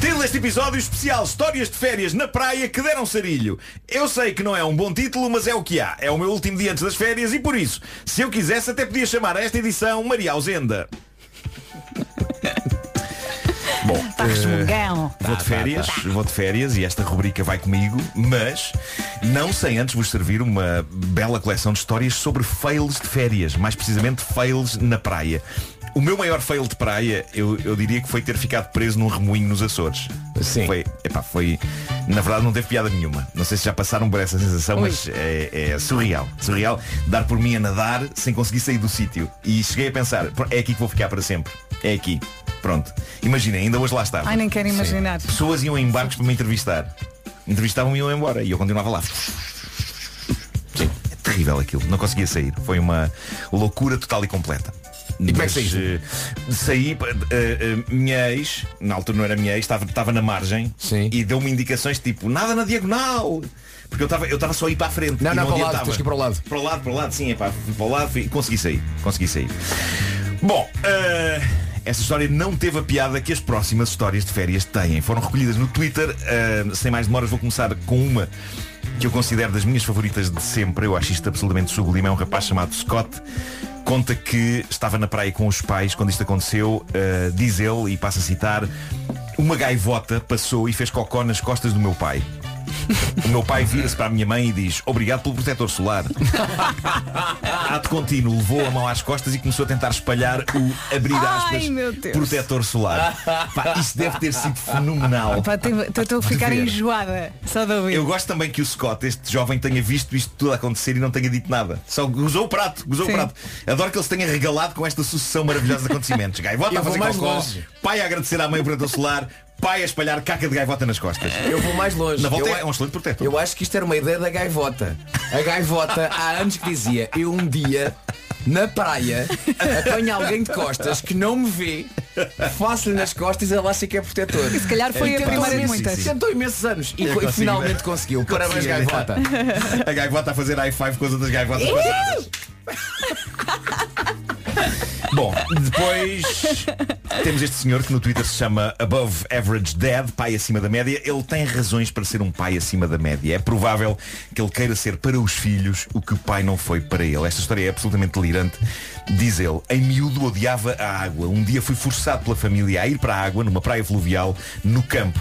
H: Tendo este episódio especial Histórias de Férias na Praia que deram sarilho. Eu sei que não é um bom título, mas é o que há. É o meu último dia antes das férias e por isso, se eu quisesse, até podia chamar a esta edição Maria Ausenda. Bom,
B: Está resmungão.
H: Vou de férias, vou de férias e esta rubrica vai comigo, mas não sem antes vos servir uma bela coleção de histórias sobre fails de férias, mais precisamente fails na praia. O meu maior fail de praia, eu, eu diria que foi ter ficado preso num remoinho nos Açores.
G: Sim.
H: Foi, epá, foi, na verdade não teve piada nenhuma. Não sei se já passaram por essa sensação, mas é, é surreal. Surreal dar por mim a nadar sem conseguir sair do sítio. E cheguei a pensar, é aqui que vou ficar para sempre. É aqui. Pronto. Imaginem, ainda hoje lá estava.
B: Ai, nem quero imaginar.
H: Pessoas iam em barcos para me entrevistar. Entrevistavam e iam embora. E eu continuava lá. Sim, é terrível aquilo. Não conseguia sair. Foi uma loucura total e completa. E
G: como é que saíste?
H: saí, eh, eh, minha ex, na altura não era minha ex, estava, estava na margem
G: Sim.
H: e deu-me indicações tipo, nada na diagonal. Porque eu estava eu estava só a ir para a frente.
G: Não,
H: e
G: não, para o lado,
H: adiantava.
G: tens que ir para o lado.
H: Para o lado, para o lado, sim, é pá, fui para o lado, fui- consegui sair, consegui sair. Bom, eh, essa história não teve a piada que as próximas histórias de férias têm. Foram recolhidas no Twitter, eh, sem mais demoras vou começar com uma que eu considero das minhas favoritas de sempre. Eu acho isto absolutamente sublime. É um rapaz chamado Scott. Conta que estava na praia com os pais quando isto aconteceu. Eh, diz ele, e passo a citar, uma gaivota passou e fez cocó nas costas do meu pai. O meu pai vira-se para a minha mãe e diz Obrigado pelo protetor solar Ato contínuo, levou a mão às costas E começou a tentar espalhar o abrir
B: Ai,
H: aspas
B: meu Deus.
H: Protetor solar Pá, Isso deve ter sido fenomenal
B: Pá, tenho- Estou a ficar
H: De ver.
B: enjoada. Só de ouvir.
H: Ah, Eu gosto também que o Scott, este jovem, tenha visto isto tudo acontecer e não tenha dito nada. Só gozou o prato, gozou
B: Sim.
H: o prato. Adoro que ele se tenha regalado com esta sucessão maravilhosa de acontecimentos. Gaivota
G: Eu
H: a
G: vou
H: fazer
G: mais
H: cocó,
G: longe.
H: pai a agradecer à mãe por solar, pai a espalhar caca de gaivota nas costas.
G: Eu vou mais longe.
H: Na volta
G: eu,
H: é
G: a-
H: um excelente protetor.
G: eu acho que isto era uma ideia da gaivota. A gaivota há anos que dizia, eu um dia, na praia, apanho alguém de costas que não me vê, faço-lhe nas costas e ela acha que é protetor.
B: E se calhar foi
H: É,
B: a
H: pá,
B: primeira de
H: sim,
B: muitas.
H: sim, sim.
G: Tentou imensos anos e
H: Eu
G: co-
H: consigo,
G: finalmente
H: né?
G: conseguiu. Parabéns,
H: Consigo,
G: gaivota.
H: A gaivota a fazer high five com as outras gaivotas passadas. Bom, depois temos este senhor que no Twitter se chama Above Average Dad, pai acima da média. Ele tem razões para ser um pai acima da média. É provável que ele queira ser para os filhos o que o pai não foi para ele. Esta história é absolutamente delirante. Diz ele, em miúdo odiava a água. Um dia fui forçado pela família a ir para a água numa praia fluvial no campo.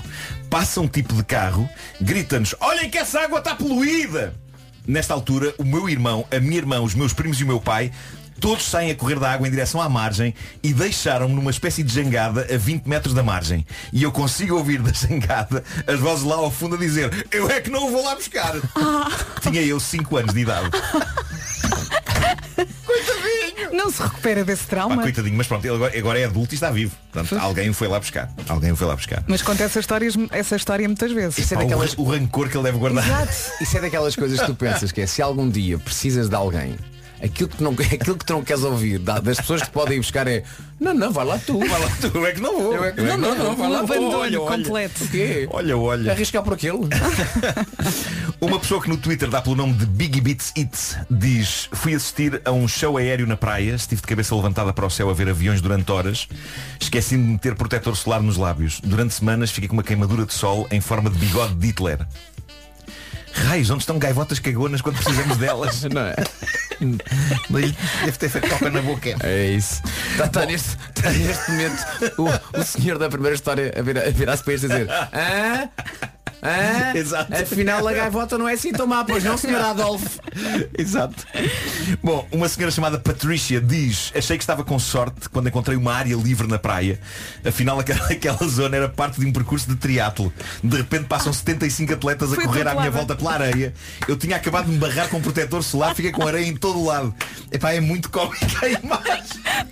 H: Passa um tipo de carro, grita-nos, olhem que essa água está poluída! Nesta altura, o meu irmão, a minha irmã, os meus primos e o meu pai, todos saem a correr da água em direção à margem e deixaram-me numa espécie de jangada a 20 metros da margem. E eu consigo ouvir da jangada as vozes lá ao fundo a dizer eu é que não o vou lá buscar. Tinha eu 5 anos de idade.
B: Não se recupera desse
H: Pá,
B: trauma.
H: coitadinho, mas pronto, ele agora, agora é adulto e está vivo. Portanto, alguém o foi lá buscar. Alguém o foi lá buscar.
B: Mas conta essa história, essa história muitas vezes.
G: Isso é
H: Pá, o,
G: daquelas
H: ra- o rancor que ele deve guardar.
G: Isso é daquelas coisas que tu pensas que é se algum dia precisas de alguém, aquilo que tu não, aquilo que tu não queres ouvir da- das pessoas que te podem ir buscar é não, não, vai lá tu.
H: Vai lá, tu é que não vou.
G: Eu é que- não, não, não, vai
B: Um
G: lá tu.
B: abandono
G: Olha, olha.
B: completo.
G: O quê?
H: Olha, olha.
G: Arriscar por aquele.
H: Uma pessoa que no Twitter dá pelo nome de Biggie Beats It diz Fui assistir a um show aéreo na praia, estive de cabeça levantada para o céu a ver aviões durante horas, esqueci de meter protetor solar nos lábios. Durante semanas fiquei com uma queimadura de sol em forma de bigode de Hitler. Raios, onde estão gaivotas cagonas quando precisamos delas?
G: Não é?
H: Deve ter feito toca na boca.
G: É isso. Está tá neste, tá neste momento o, o senhor da primeira história a, virar, a virar-se para este e dizer Hã? Hã?
H: Exato.
G: Afinal a gaivota não é assim tão má, pois não, senhor Adolfo.
H: Exato. Bom, uma senhora chamada Patricia diz Achei que estava com sorte quando encontrei uma área livre na praia Afinal, aquela, aquela zona era parte de um percurso de triatlo De repente passam 75 atletas a
B: Fui
H: correr à minha
B: atropelada.
H: volta pela areia Eu tinha acabado de me barrar com um protetor solar Fiquei com areia em todo o lado Epá, é muito cómica a imagem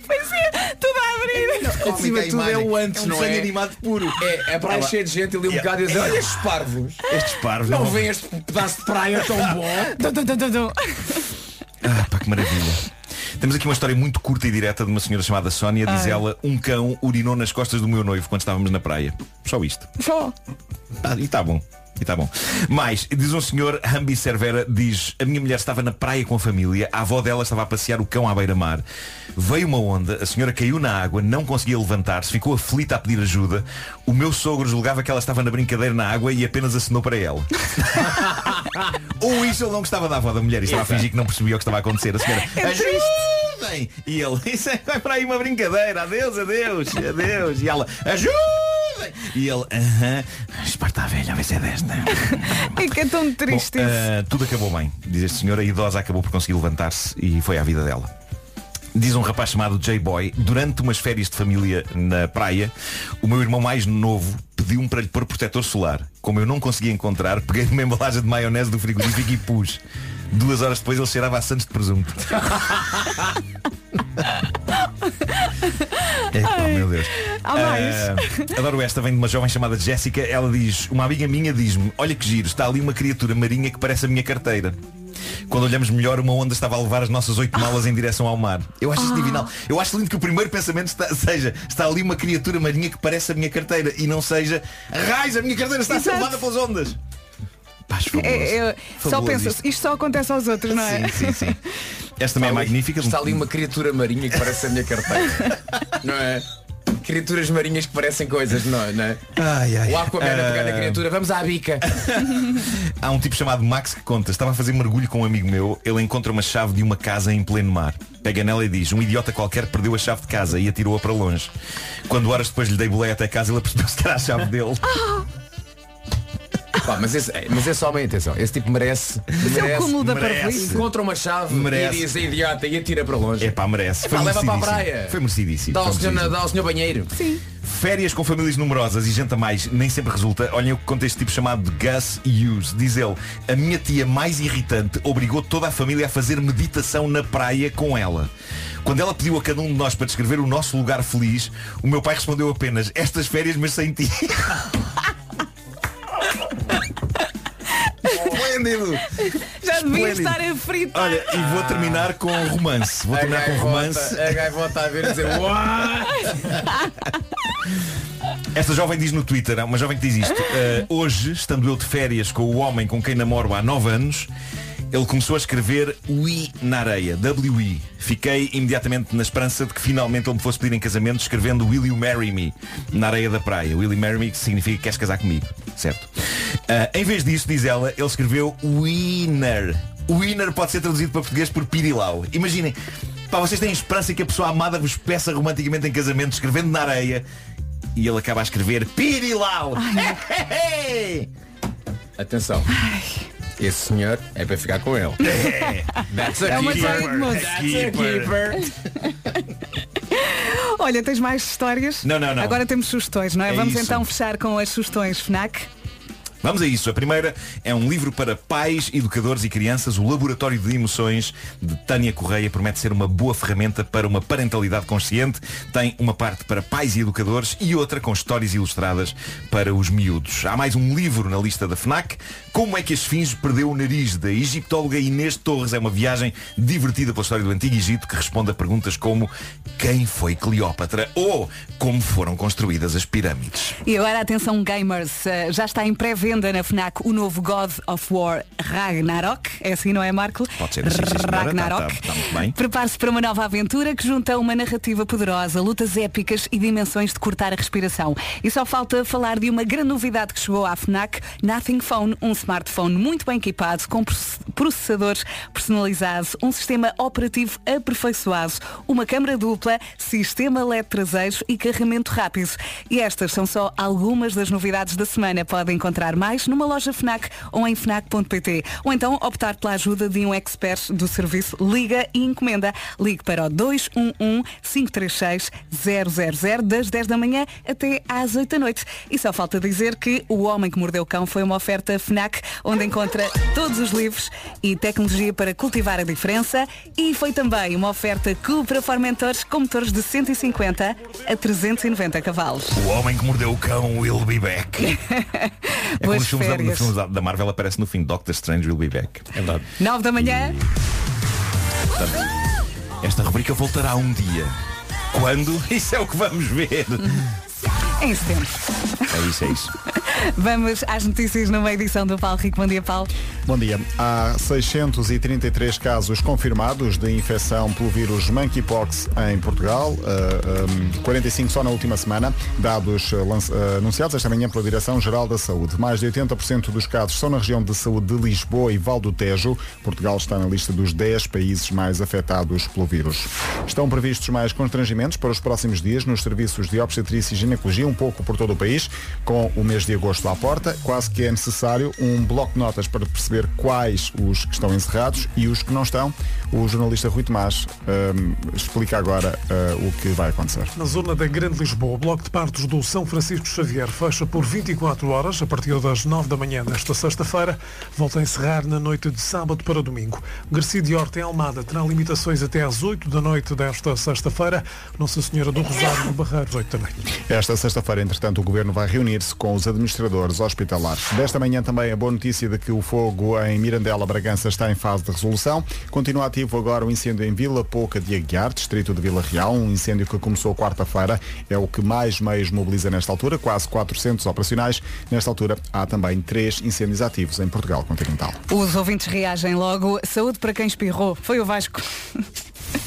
B: Pois é, tudo a abrir.
G: Acima de tudo é o antes,
H: É um
G: não
H: desenho
G: é?
H: animado puro
G: É, é praia
H: Olha lá.
G: cheia de gente ali um
H: Yeah.
G: bocado e dizer, olha estes parvos.
H: Estes parvos é
G: Não
H: não-
G: vem este pedaço de praia tão bom.
B: Dum, dum, dum, dum, dum.
H: Ah, pá, que maravilha. Temos aqui uma história muito curta e direta de uma senhora chamada Sónia. Diz ela, um cão urinou nas costas do meu noivo quando estávamos na praia. Só isto.
B: Só.
H: Ah, e está bom. E está bom. Mais, diz um senhor, Hambi Cervera, diz, a minha mulher estava na praia com a família, a avó dela estava a passear o cão à beira-mar. Veio uma onda, a senhora caiu na água, não conseguia levantar-se, ficou aflita a pedir ajuda. O meu sogro julgava que ela estava na brincadeira na água e apenas acenou para ela. Ou isso ele não gostava da avó da mulher e estava a fingir que não percebia o que estava a acontecer. A senhora, ajudem! E ele, isso é vai para aí uma brincadeira, adeus, adeus, adeus. E ela, ajudem! E ele, aham, Esparta a velha, vai ser desta.
B: É que é tão
H: Bom,
B: triste isso.
H: ah, tudo acabou bem, diz este senhor, a idosa acabou por conseguir levantar-se e foi à vida dela. Diz um rapaz chamado J-Boy, durante umas férias de família na praia, o meu irmão mais novo pediu-me para lhe pôr protetor solar. Como eu não conseguia encontrar, peguei numa embalagem de maionese do frigorífico e pus. Duas horas depois ele cheirava a Santos de presunto. Epá, meu Deus.
B: Há mais?
H: Ah, adoro esta, vem de uma jovem chamada Jéssica. Ela diz, uma amiga minha diz-me, olha que giro, está ali uma criatura marinha que parece a minha carteira. Quando olhamos melhor, uma onda estava a levar as nossas oito malas em direção ao mar. Eu
B: Ah.
H: acho isso divinal. Eu acho lindo que o primeiro pensamento está- seja, está ali uma criatura marinha que parece a minha carteira e não seja, raiz, a minha carteira está a ser
B: Exato.
H: levada pelas ondas. Pá, fabuloso.
B: É, é, só
H: Fabuloso
B: pensa,
H: isto.
B: isto só acontece aos outros, não é?
H: Sim, sim, sim. Esta também é magnífica.
G: Está ali uma criatura marinha que parece a minha carteira. não é? Criaturas marinhas que parecem coisas, não é? Não é?
H: Ai, ai. Ah.
G: O Aquaman a pegar na criatura, vamos à bica.
H: Há um tipo chamado Max que conta Estava a fazer mergulho com um amigo meu Ele encontra uma chave de uma casa em pleno mar Pega nela e diz Um idiota qualquer perdeu a chave de casa E atirou-a para longe
G: Ah.
H: Quando horas depois lhe dei boleia até casa Ele percebeu-se que era a chave dele
G: Pá, mas, esse, é- mas esse homem, atenção, esse tipo merece.
B: é o
G: merece,
B: cúmulo da
G: merece.
B: parvoíce.
G: Encontra uma chave
H: Merece.
G: e diz "É idiota e atira para longe.
H: É pá, merece.
G: Epá, leva para a
H: merecidíssimo.
G: praia.
H: Foi merecidíssimo.
G: Dá ao,
H: Foi
G: senhor,
H: merecidíssimo.
G: dá ao senhor banheiro. Sim.
H: Férias com famílias numerosas e gente a mais nem sempre resulta. Olhem o que conta este tipo chamado de Gus Hughes. Diz ele, a minha tia mais irritante obrigou toda a família a fazer meditação na praia com ela. Quando ela pediu a cada um de nós para descrever o nosso lugar feliz, o meu pai respondeu apenas, estas férias mas sem ti. Esplêndido!
B: Já devia
H: Esplêndido. Ah.
B: estar a fritar.
H: Olha, e vou terminar com um romance. Vou terminar com um romance.
G: A gaivota a ver e dizer "Uau!"
H: Esta jovem diz no Twitter, há uma jovem que diz isto. "Ah, hoje, estando eu de férias com o homem com quem namoro há 9 anos, ele começou a escrever UI na areia, WI. Fiquei imediatamente na esperança de que finalmente ele me fosse pedir em casamento escrevendo Will You Marry Me na areia da praia. Will You Marry Me que significa queres casar comigo, certo? Ah, em vez disso, diz ela, ele escreveu Winner. Winner pode ser traduzido para português por pirilau. Imaginem, pá, vocês têm esperança que a pessoa amada vos peça romanticamente em casamento escrevendo na areia e ele acaba a escrever Pirilau.
G: Atenção. Esse senhor é para ficar com ele. That's a
B: É uma
G: keeper.
B: joia de moço.
G: That's a keeper.
B: Olha, tens mais histórias?
H: Não, não, não.
B: Agora temos sugestões, não é?
H: É
B: Vamos
H: isso.
B: então fechar com as sugestões FNAC.
H: Vamos a isso. A primeira é um livro para pais, educadores e crianças, o Laboratório de Emoções de Tânia Correia promete ser uma boa ferramenta para uma parentalidade consciente. Tem uma parte para pais e educadores e outra com histórias ilustradas para os miúdos. Há mais um livro na lista da FNAC, Como é que a Esfinge perdeu o nariz, da egiptóloga Inês Torres. É uma viagem divertida pela história do Antigo Egito que responde a perguntas como quem foi Cleópatra ou como foram construídas as pirâmides.
B: E agora atenção gamers, eh, já está em pré-venda na FNAC o novo God of War Ragnarok. É assim, não é Marco?
H: Pode ser assim, sim, senhora. Tá-
B: Ragnarok.
H: tá- tá muito bem.
B: Prepare-se para uma nova aventura que junta uma narrativa poderosa, lutas épicas e dimensões de cortar a respiração. E só falta falar de uma grande novidade que chegou à FNAC, Nothing Phone, um smartphone muito bem equipado, com proce- processadores personalizados, um sistema operativo aperfeiçoado, uma câmara dupla, sistema LED traseiro e carregamento rápido. E estas são só algumas das novidades da semana. Podem encontrar mais numa loja FNAC ou em FNAC.pt. Ou então optar pela ajuda de um expert do serviço Liga e Encomenda. Ligue para o 211-536-000 das 10 da manhã até às 8 da noite. E só falta dizer que O Homem que Mordeu o Cão foi uma oferta FNAC onde encontra todos os livros e tecnologia para cultivar a diferença e foi também uma oferta Cupra Formentores com motores de 150 a 390 cavalos.
H: O homem que mordeu o cão will be back. É como
B: Boas
H: os filmes, da,
B: férias.
H: os filmes da- da Marvel aparece no fim Doctor Strange will be back. É verdade.
B: 9 da manhã.
H: Esta rubrica voltará um dia. Quando? Isso é o que vamos ver.
B: Em setembro.
H: É isso, é isso.
B: Vamos às notícias numa edição do Paulo Rico. Bom dia, Paulo.
A: Bom dia. Há 633 casos confirmados de infecção pelo vírus monkeypox em Portugal, ah, ah, 45 só na última semana, dados ah, lança- ah, anunciados esta manhã pela Direção-Geral da Saúde. Mais de 80% dos casos são na região de saúde de Lisboa e Val do Tejo. Portugal está na lista dos 10 países mais afetados pelo vírus. Estão previstos mais constrangimentos para os próximos dias nos serviços de obstetrícia e ginecologia, um pouco por todo o país, com o mês de agosto à porta. Quase que é necessário um bloco de notas para perceber quais os que estão encerrados e os que não estão. O jornalista Rui Tomás hum, explica agora hum, o que vai acontecer.
L: Na zona da Grande Lisboa, o bloco de partos do São Francisco Xavier fecha por 24 horas a partir das 9 da manhã desta sexta-feira. Volta a encerrar na noite de sábado para domingo. Garcia de Horta em Almada terá limitações até às 8 da noite desta sexta-feira. Nossa Senhora do Rosário no Barreiros, 8 da noite.
A: Esta sexta-feira, entretanto, o Governo vai reunir-se com os administradores hospitalares. Desta manhã também a boa notícia de que o fogo em Mirandela, Bragança, está em fase de resolução. Continua ativo agora o incêndio em Vila Pouca de Aguiar, distrito de Vila Real, um incêndio que começou quarta-feira. É o que mais meios mobiliza nesta altura, quase 400 operacionais. Nesta altura há também três incêndios ativos em Portugal continental.
B: Os ouvintes reagem logo. Saúde para quem espirrou. Foi o Vasco.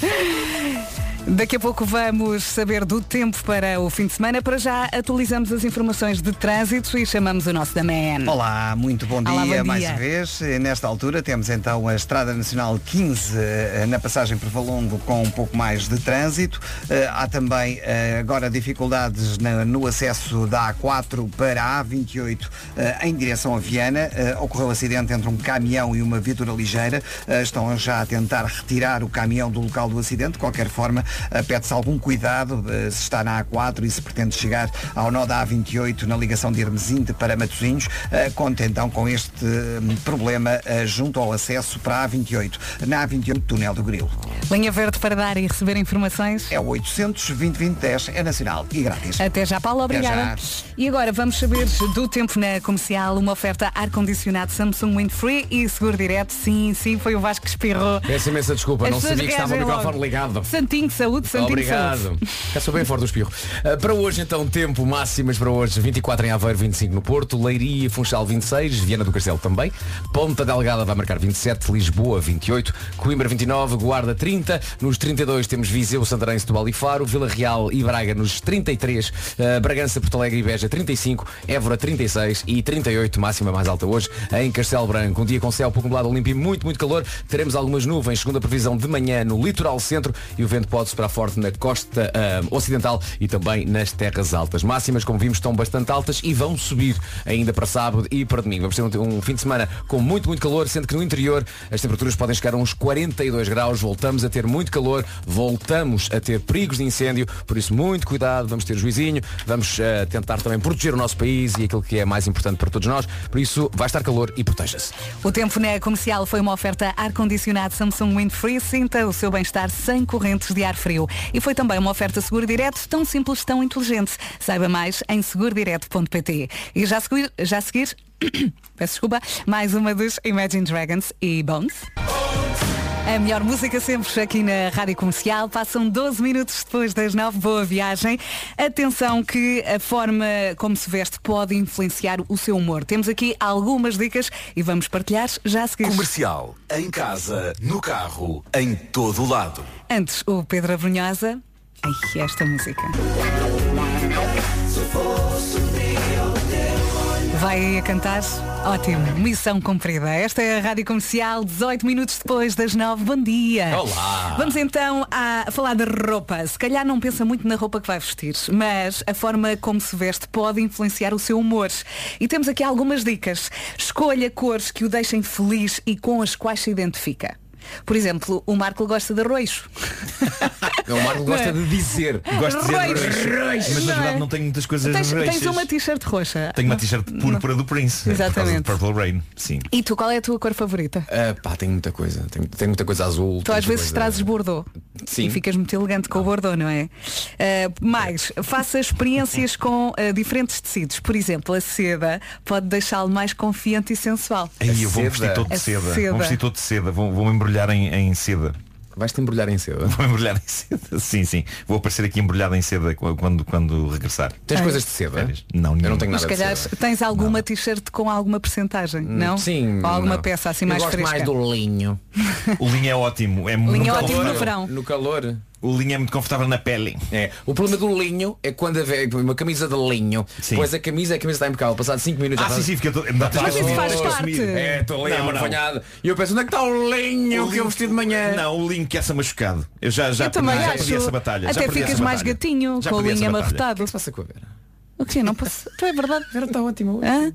B: Daqui a pouco vamos saber do tempo para o fim de semana. Para já atualizamos as informações de trânsito e chamamos o nosso da Man.
C: Olá, muito bom dia,
B: Olá, bom
C: mais
B: dia.
C: uma vez. Eh, Nesta altura temos então a Estrada Nacional 15 eh, na passagem por Valongo com um pouco mais de trânsito. Eh, Há também eh, agora dificuldades na- no acesso da A4 para a A28 eh, em direção a Viana. Eh, Ocorreu acidente entre um caminhão e uma viatura ligeira. Eh, Estão já a tentar retirar o caminhão do local do acidente. De qualquer forma, eh, pede-se algum cuidado eh, se está na A4 e se pretende chegar ao nó da A28 na ligação de Hermesinte para Matosinhos. Eh, Conta então com este eh, problema eh, junto ao acesso para a A28. Na A28, túnel do Grilo.
B: Linha verde para dar e receber informações.
C: É o 800 2010 é nacional e grátis.
B: Até já, Paulo,
C: Até
B: obrigada.
C: já.
B: E agora vamos saber do tempo na comercial, uma oferta ar-condicionado Samsung Wind Free e seguro direto. Sim, sim, foi o Vasco que espirrou.
G: Peço imensa desculpa,
B: As
G: não
B: pessoas
G: sabia que estava o
B: reagem
G: microfone
B: logo.
G: ligado.
B: Santinho, saúde, santinho, saúde.
G: Obrigado. Já sou bem forte do espirro. Uh, para hoje, então, tempo máximas para hoje. 24 em Aveiro, 25 no Porto, Leiria e Funchal 26, Viana do Castelo também, Ponta Delgada vai marcar 27, Lisboa 28, Coimbra 29, Guarda 30, nos 32 temos Viseu, Santarém, Setúbal e Faro, Vila Real e Braga nos 33, uh, Bragança, Porto Alegre e Beja 35, Évora 36 e 38, máxima mais alta hoje, em Castelo Branco. Um dia com céu pouco nublado, limpo e muito, muito calor. Teremos algumas nuvens, segundo a previsão de manhã no litoral centro e o vento pode superar forte na costa ah, ocidental e também nas terras altas. Máximas, como vimos, estão bastante altas e vão subir ainda para sábado e para domingo. Vamos ter um, um fim de semana com muito, muito calor, sendo que no interior as temperaturas podem chegar a uns 42 graus. Voltamos a ter muito calor, voltamos a ter perigos de incêndio, por isso muito cuidado, vamos ter juizinho, vamos ah, tentar também proteger o nosso país e aquilo que é mais importante para todos nós. Por isso, vai estar calor e proteja-se.
B: O tempo na comercial foi uma oferta ar-condicionado Samsung Wind Free. Sinta o seu bem-estar sem correntes de ar frio. E foi também uma oferta seguro direto, tão simples, tão inteligente. Saiba mais em segurodireto.pt. E já a seguir, já a seguir peço desculpa, mais uma dos Imagine Dragons e Bones. A melhor música sempre aqui na Rádio Comercial. Passam 12 minutos depois das 9. Boa viagem. Atenção que a forma como se veste pode influenciar o seu humor. Temos aqui algumas dicas e vamos partilhar já a seguir.
D: Comercial, em casa, no carro, em todo o lado.
B: Antes, o Pedro Abrunhosa. Ai, esta música. Vai a cantar? Ótimo, missão cumprida. Esta é a Rádio Comercial, 18 minutos depois das 9. Bom dia!
M: Olá.
B: Vamos então a falar de roupa. Se calhar não pensa muito na roupa que vai vestir, mas a forma como se veste pode influenciar o seu humor. E temos aqui algumas dicas. Escolha cores que o deixem feliz e com as quais se identifica. Por exemplo, o Marco gosta de roxo.
G: O Marco gosta de dizer.
H: Gosto de dizer
B: Reis,
H: reis,
B: reis,
H: Mas na
B: É, não é?
H: verdade não tenho muitas coisas
B: Tens,
H: reis.
B: tens uma t-shirt roxa.
H: Tenho uma t-shirt púrpura do Prince. é, por causa
B: Exatamente.
H: do Purple Rain. Sim.
B: E tu, qual é a tua cor favorita?
G: Ah, pá, tem muita coisa. Tem, tem muita coisa azul.
B: Tu
G: tem
B: às
G: muita
B: vezes
G: coisa-
H: é.
B: trazes bordô
G: Sim.
B: e ficas muito elegante com o bordô, não é? Ah, mais, faça experiências com ah, diferentes tecidos. Por exemplo, a seda pode deixá-lo mais confiante e sensual.
D: É
H: Aí eu vou vestir todo
B: A
H: de É seda. Vou vestir todo de seda. Vou, vou me embrulhar em, em seda.
G: Vais-te embrulhar em seda?
H: Vou embrulhar em seda. Sim, sim. Vou aparecer aqui embrulhado em seda qu- quando, quando regressar.
G: Tens Ah. coisas de seda?
H: Férias? Não, nenhuma.
B: Mas se calhar tens alguma t-shirt com alguma percentagem,
H: Hum,
B: não? Ou alguma peça assim mais fresca.
G: linho.
H: O linho é ótimo. É muito
B: ótimo no
H: confortável.
B: verão.
G: No calor.
H: O linho é muito confortável na pele.
G: É. O problema do linho é quando a ve- uma camisa de linho, pois a camisa, a camisa está impecável, passado 5 minutos.
H: Ah, sim, sim, fica todo-
G: já
H: Mas
G: faz-
H: isso faz
G: Estou a
H: parte.
G: assumir. É, estou ali
H: Não, não.
G: amarfanhado. E eu penso, onde é que está o linho que eu vesti de manhã?
H: Não, o linho que essa machucado. Eu já, já,
B: Eu também
H: perdi, já
B: acho.
H: perdi essa batalha. já
B: Até
H: perdi
B: ficas
H: essa
B: mais
H: batalha.
B: gatinho,
H: Já
B: com a
H: perdi essa
B: linha
H: batalha.
B: amarrotada. O que não passa? Tu é verdade, Vera está ótimo.
G: é?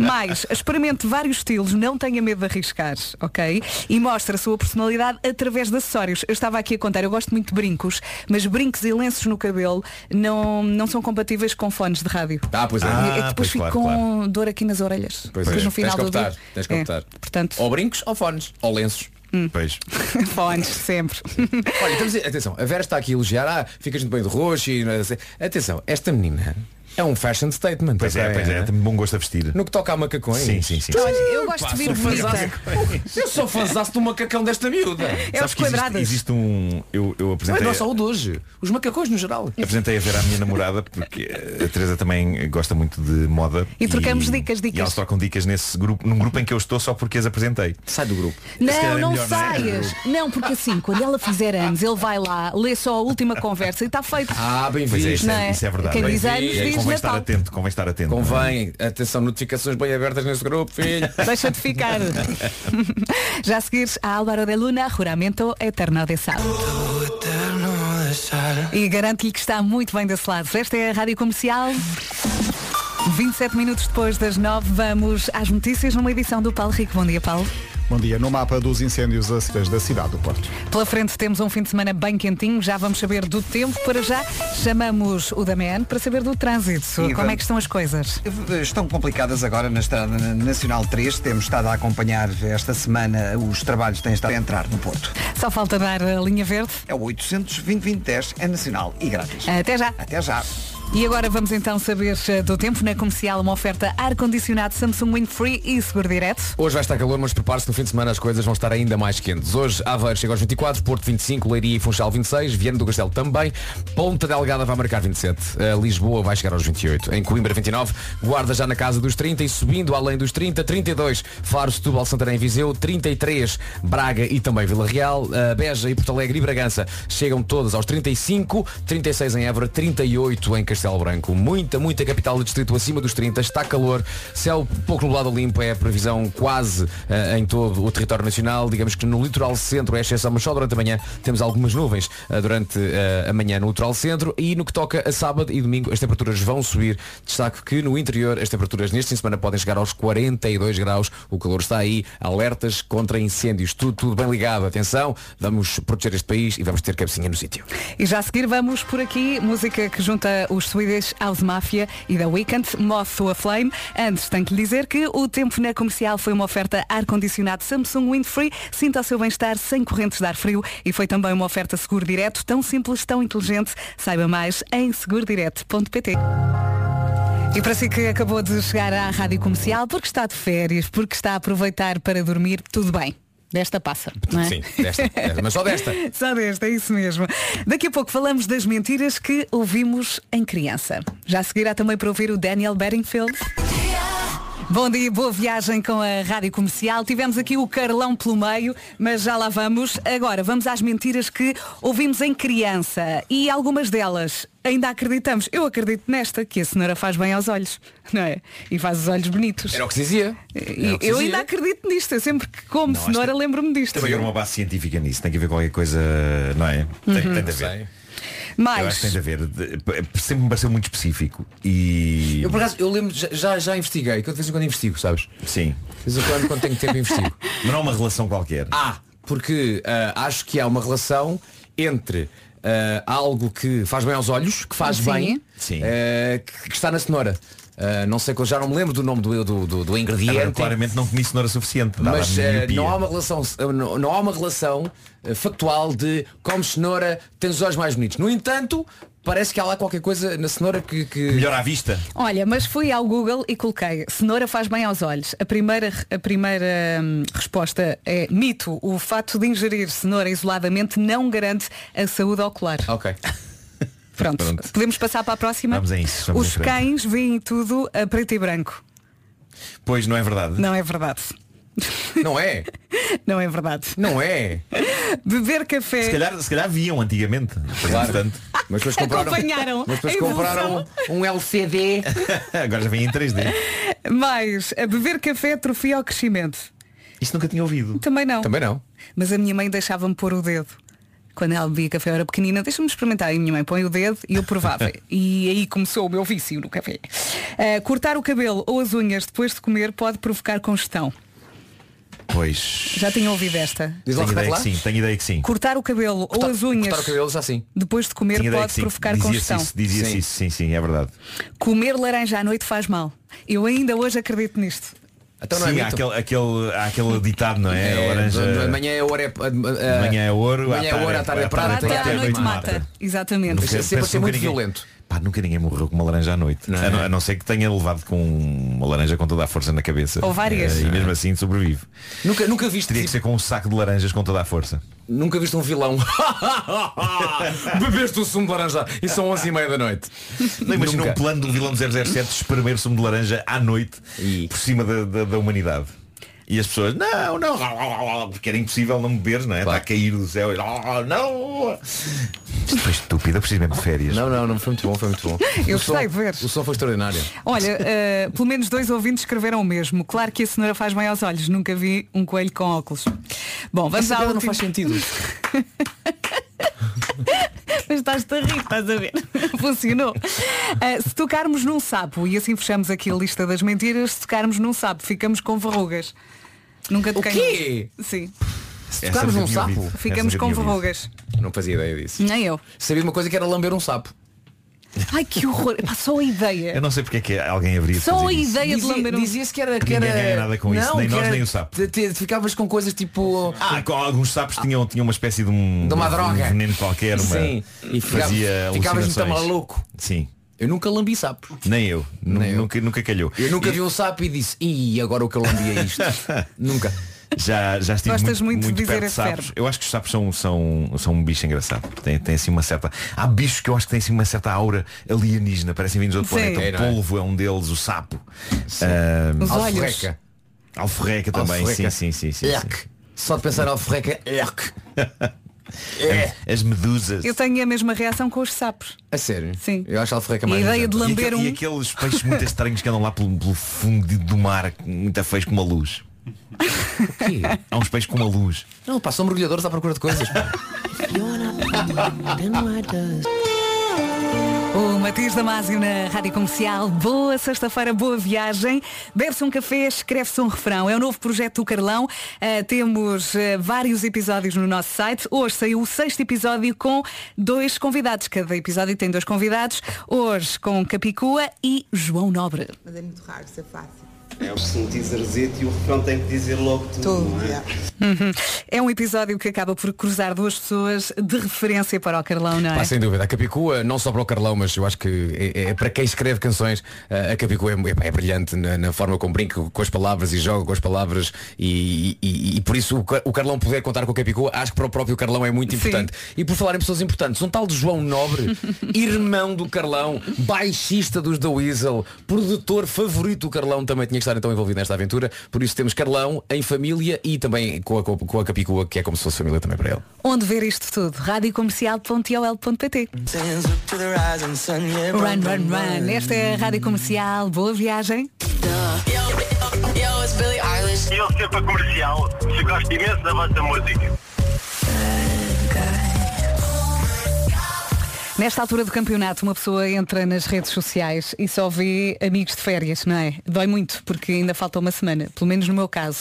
B: Mais, experimente vários estilos, não tenha medo de arriscar, ok? E mostra a sua personalidade através de acessórios. Eu estava aqui a contar, eu gosto muito de brincos, mas brincos e lenços no cabelo não, não são compatíveis com fones de rádio.
G: Ah, pois é.
B: E
G: Ah,
B: depois
G: pois,
B: fico
G: claro,
B: com
G: claro.
B: dor aqui nas orelhas.
G: Pois
B: depois
G: é.
B: no final
G: tens que
B: do
G: optar,
B: dia.
G: tens que
B: É.
G: optar.
B: portanto...
G: Ou brincos ou fones. Ou lenços.
H: Hum. Pois. é,
B: fones, sempre.
G: então, Olha, estamos a- atenção, a Vera está aqui a elogiar, ah, ficas muito bem de roxo e não sei. Atenção, é assim." esta menina É um fashion statement.
H: Pois é,
G: até,
H: pois é,
G: né?
H: tem bom gosto a vestir.
G: No que toca a macacões.
H: Sim, sim, sim.
B: Então Olha, eu gosto de vir bonita.
G: Eu sou fanzaço do macacão desta miúda.
B: É os
H: Sabes que existe,
B: quadradas.
H: existe um. Eu, eu
G: Não é
H: apresentei.
G: não é só o de hoje. Os macacões no geral.
H: Apresentei a ver à minha namorada porque a Teresa também gosta muito de moda
B: E trocamos dicas, dicas.
H: E elas trocam dicas nesse grupo, num grupo em que eu estou só porque as apresentei.
G: Sai do grupo.
H: Se
B: Não,
H: calhar é
B: não
H: melhor, não é?
B: saias. Não, porque assim, quando ela fizer anos, ele vai lá, lê só a última conversa e está feito.
G: Ah, bem
H: Pois é,
G: visto.
H: isso,
B: Não é?
H: é, isso é verdade.
B: Quem
H: Bem
B: diz anos,
H: visto.
B: diz
H: convém
B: Natal.
H: estar atento, convém estar atento. é?
G: Convém. Atenção, notificações bem abertas neste grupo, filho.
B: Deixa de ficar. Já a seguir a Álvaro de Luna, Juramento Eterno de Sal. E garanto-lhe que está muito bem desse lado. Esta é a Rádio Comercial. 27 minutos depois das 9, vamos às notícias numa edição do Paulo Rico. Bom dia, Paulo.
A: Bom dia. No mapa dos incêndios aceitas da cidade do Porto.
B: Pela frente temos um fim de semana bem quentinho, já vamos saber do tempo. Para já, chamamos o Damian para saber do trânsito. Como é que
C: vamos.
B: estão as coisas?
C: Eh, Estão complicadas agora na Estrada Nacional 3. Temos estado a acompanhar esta semana os trabalhos que têm estado a entrar no Porto.
B: Só falta dar a linha verde.
C: É o 800 é nacional e grátis.
B: Até já.
C: Até já.
B: E agora vamos então saber eh, do tempo na comercial, uma oferta ar-condicionado Samsung Wind Free e Seguro Direto.
G: Hoje vai estar calor, mas prepare-se, no fim de semana as coisas vão estar ainda mais quentes. Hoje, Aveiro chega aos 24, Porto 25, Leiria e Funchal 26, Viana do Castelo também, Ponta Delgada vai marcar 27, eh, Lisboa vai chegar aos 28, em Coimbra 29, Guarda já na casa dos 30 e subindo além dos 30, 32, Faro, Setúbal, Santarém e Viseu, 33, Braga e também Vila Real, eh, Beja e Porto Alegre e Bragança chegam todas aos 35, 36 em Évora, 38 em Castelo Branco. Muita, muita capital do distrito acima dos 30, está calor, céu pouco nublado a limpo é a previsão quase eh, em todo o território nacional. Digamos que no litoral centro é exceção, mas só durante a manhã temos algumas nuvens eh, durante eh, a manhã no litoral centro e no que toca a sábado e domingo as temperaturas vão subir. Destaco que no interior as temperaturas neste fim de semana podem chegar aos 42 graus. O calor está aí, alertas contra incêndios, tudo, tudo bem ligado. Atenção, vamos proteger este país e vamos ter cabecinha no sítio.
B: E já a seguir vamos por aqui, música que junta os Swedish House Mafia e The Weeknd, Moth to a Flame. Antes tenho que lhe dizer que o tempo na comercial foi uma oferta ar-condicionado Samsung Wind Free. Sinta o seu bem-estar sem correntes de ar frio e foi também uma oferta Seguro Direto, tão simples, tão inteligente. Saiba mais em segurodireto.pt. E para si que acabou de chegar à rádio comercial, porque está de férias, porque está a aproveitar para dormir, tudo bem. Desta passa. não é?
G: Sim, desta, desta, mas só desta.
B: Só desta, é isso mesmo. Daqui a pouco falamos das mentiras que ouvimos em criança. Já a seguir há também para ouvir o Daniel Bedingfield. Bom dia, boa viagem com a Rádio Comercial. Tivemos aqui o Carlão pelo meio, mas já lá vamos. Agora, vamos às mentiras que ouvimos em criança. E algumas delas ainda acreditamos. Eu acredito nesta, que a cenoura faz bem aos olhos, não é? E faz os olhos bonitos.
G: Era o que se dizia. Era
B: E-
G: o que se
B: Eu
G: dizia.
B: ainda acredito nisto. Eu sempre que como
H: Não,
B: cenoura
H: esta-
B: lembro-me disto.
H: Também há uma base científica nisso, tem que haver qualquer coisa, não é? Tem,
B: Uhum.
H: tem de haver. Eu acho
B: Mais.
H: que tem de haver. De- p- Sempre me pareceu muito específico. E.
G: Eu, por acaso, eu lembro, já- já, já investiguei, que eu de vez em quando investigo, sabes?
H: Sim.
G: De vez em quando, quando tenho tempo, investigo.
H: Mas não há uma relação qualquer.
G: Há, porque ah, acho que há uma relação entre ah, algo que faz bem aos olhos, que faz
B: Sim.
G: bem,
H: Sim.
G: ah, que, que está na cenoura. Ah, não sei, qual- já não me lembro do nome do, do, do- do ingrediente.
H: Agora, claramente não comi cenoura suficiente. dada
G: é tipo mas
H: a minha
G: eh,
H: miopia.
G: não há uma relação eh, não, não há uma relação eh, factual de como cenoura tens os olhos mais bonitos no entanto parece que há lá qualquer coisa na cenoura que, que-
H: Melhor à vista.
B: Olha, mas fui ao Google e coloquei cenoura faz bem aos olhos. A primeira, a primeira hum, resposta é mito. O fato de ingerir cenoura isoladamente não garante a saúde ocular.
G: ok
B: Pronto.
H: Ah, Pronto.
B: Podemos passar para a próxima?
H: Vamos a isso,
B: Os
H: vamos em frente.
B: cães veem tudo a preto e branco.
H: Pois não é verdade.
B: Não é verdade.
G: não é
B: Não é verdade.
G: não é
B: Beber café.
H: Se calhar, se calhar viam antigamente.
G: Claro.
H: Portanto,
G: mas depois
B: Acompanharam
G: compraram mas depois
B: a evolução.
G: compraram um LCD
H: agora já vem em 3D.
B: Mais, a beber café atrofia o crescimento.
H: Isso nunca tinha ouvido.
B: Também não.
G: também não
B: Mas a minha mãe deixava-me pôr o dedo. Quando ela bebia café eu era pequenina, deixa-me experimentar. E a minha mãe põe o dedo e eu provava. e aí começou o meu vício no café. Ah, cortar o cabelo ou as unhas depois de comer pode provocar congestão.
H: Pois.
B: Já tinha ouvido esta?
G: diz lá
H: Tenho
G: repete
H: ideia
G: lá
H: que sim, tenho ideia que sim.
B: Cortar o cabelo ou as unhas
G: Tá, cortar o cabelo já sim
B: depois de comer
H: Tinha ideia
B: pode
H: que sim.
B: provocar
H: Dizia-se
B: congestão.
H: isso, dizia-se
G: Sim.
H: isso, sim, sim, é verdade.
B: Comer laranja à noite faz mal. Eu ainda hoje acredito nisto.
G: então não é
H: Sim,
G: mito
H: há aquele, aquele, há aquele ditado, não é? A laranja.
G: de- de- amanhã é ouro é,
H: de manhã é ouro,
G: amanhã é ouro, à tarde é prata,
B: Prata
G: à
B: à
G: tarde é
B: noite
G: noite
B: mata.
H: mata.
B: Exatamente.
G: Isso é sempre
H: Penso
G: ser
H: nunca
G: muito
H: ninguém-
G: violento.
H: um Pá, Pá, nunca ninguém morreu com uma laranja à noite.
G: Não é?
H: a, não, a não ser que tenha levado com uma laranja com toda a força na cabeça.
G: Ou várias.
H: Eh, e mesmo assim sobrevive.
G: Nunca, nunca viste. tipo,
H: Teria que ser com um saco de laranjas com toda a força.
G: Nunca viste um vilão. Bebeste um sumo de laranja e são 11 e meia da noite.
H: Não imagina
G: Nunca.
H: um plano do vilão do 007 espremer sumo um de laranja à noite por cima da, da- da humanidade. E as pessoas, não, não, porque era impossível não beber, não é? Está a cair do céu. e, "Ah, Não! Isto foi estúpido, eu preciso mesmo de férias.
G: Não, não, não, foi muito bom, foi muito bom.
B: Eu
G: O som-
B: gostei de ver.
G: O som foi extraordinário.
B: Olha, eh, pelo menos dois ouvintes escreveram o mesmo. Claro que a cenoura faz bem aos olhos. Nunca vi um coelho com óculos. Bom, vamos
G: Essa
B: à
G: piada
B: última.
G: não faz sentido.
B: Mas estás-te a rir, estás a ver? Funcionou. Ah, se tocarmos num sapo, e assim fechamos aqui a lista das mentiras, se tocarmos num sapo, ficamos com verrugas. Nunca toquei.
G: quê?
B: num- Sim.
G: Se tocarmos num sapo,
B: Ficamos com verrugas.
G: Não fazia ideia disso.
B: Nem eu.
G: Sabia uma coisa que era lamber um sapo.
B: Ai que horror. Pá, só a
H: Eu
B: ideia.
H: não sei porque é que alguém haveria de
B: Só
H: fazer
B: a
H: isso.
B: ideia de
G: Dizia-
B: lamber um
G: Dizia-se que era. Que
H: Ninguém
G: era...
H: ganha nada com isso,
G: Não,
H: nem
G: que
H: nós,
G: era-
H: nem o sapo.
G: te- te- ficavas com coisas tipo.
H: Ah, com alguns sapos tinham, tinham uma espécie de um,
G: De uma droga.
H: um veneno qualquer, uma,
G: Sim. E ficava-
H: fazia
G: ficavas muito
H: alucinações.
G: maluco.
H: Sim,
G: Eu nunca lambi sapos.
H: nem eu, Nu- Nunca, nunca calhou.
G: Eu nunca
H: E
G: vi um sapo e disse, e agora o que eu lambi é isto. nunca.
H: Já, já estive
B: Gostas muito
H: muito,
B: de
H: muito
B: dizer
H: perto de
B: esse
H: sapos.
B: verbo.
H: Eu acho que os sapos são, são, são um bicho engraçado. Tem, tem assim uma certa. Há bichos que eu acho que têm assim uma certa aura alienígena, parecem vindos de outro
B: Sim.
G: É,
H: planeta. O
G: não é?
H: polvo é um deles, o sapo.
B: Os
H: Ah,
B: olhos.
G: Alforreca.
H: alforreca também,
G: Alforreca. É,
H: sim, sim, sim, sim, sim.
G: Erc. Só de pensar em alforreca, erc. É.
H: As medusas.
B: Eu tenho a mesma reação com os sapos.
G: A sério?
B: Sim.
G: Eu acho a
B: E
G: alforreca
B: a
G: mais
B: ideia de
G: nojenta.
H: E,
B: lamber
H: aqu- e
B: um.
H: aqueles peixes muito estranhos que andam lá pelo, pelo fundo do mar, muito feios com uma luz.
G: Quê?
H: Há uns peixes com uma luz.
G: Não, pá, são mergulhadores à procura de coisas. pá.
B: O Matias Damasio na Rádio Comercial. Boa sexta-feira, boa viagem. Bebe-se um café, escreve-se um refrão. É o novo projeto do Carlão. Ah, temos ah, vários episódios no nosso site. Hoje saiu o sexto episódio com dois convidados. Cada episódio tem dois convidados. Hoje com Capicua e João Nobre.
M: Mas é muito raro ser fácil.
N: É o sintetizerzito e o refrão tem que dizer logo tudo. não é?
B: Uhum. É um episódio que acaba por cruzar duas pessoas de referência para o Carlão, não é?
G: Pá, sem dúvida. A Capicua, não só para o Carlão, mas eu acho que é, é- para quem escreve canções, eh, a Capicua é, é- é brilhante na, na forma como brinca com as palavras e joga com as palavras e, e- e por isso o, Car- o Carlão poder contar com a Capicua, acho que para o próprio Carlão é muito importante. E por falar em pessoas importantes, um tal de João Nobre, irmão do Carlão, baixista dos The Weasel, produtor favorito do Carlão, também tinha que estar então envolvido nesta aventura. Por isso temos Carlão em família e também com a, com a- com a Capicua, que é como se fosse família também para ele.
B: Onde ver isto tudo? radiocomercial.ol.pt Run, run, run. Esta é a Rádio Comercial. Boa viagem.
O: Eu sempre a comercial, se gosto imenso da vossa música.
B: Nesta altura do campeonato, uma pessoa entra nas redes sociais e só vê amigos de férias, não é? Dói muito, porque ainda falta uma semana, pelo menos no meu caso.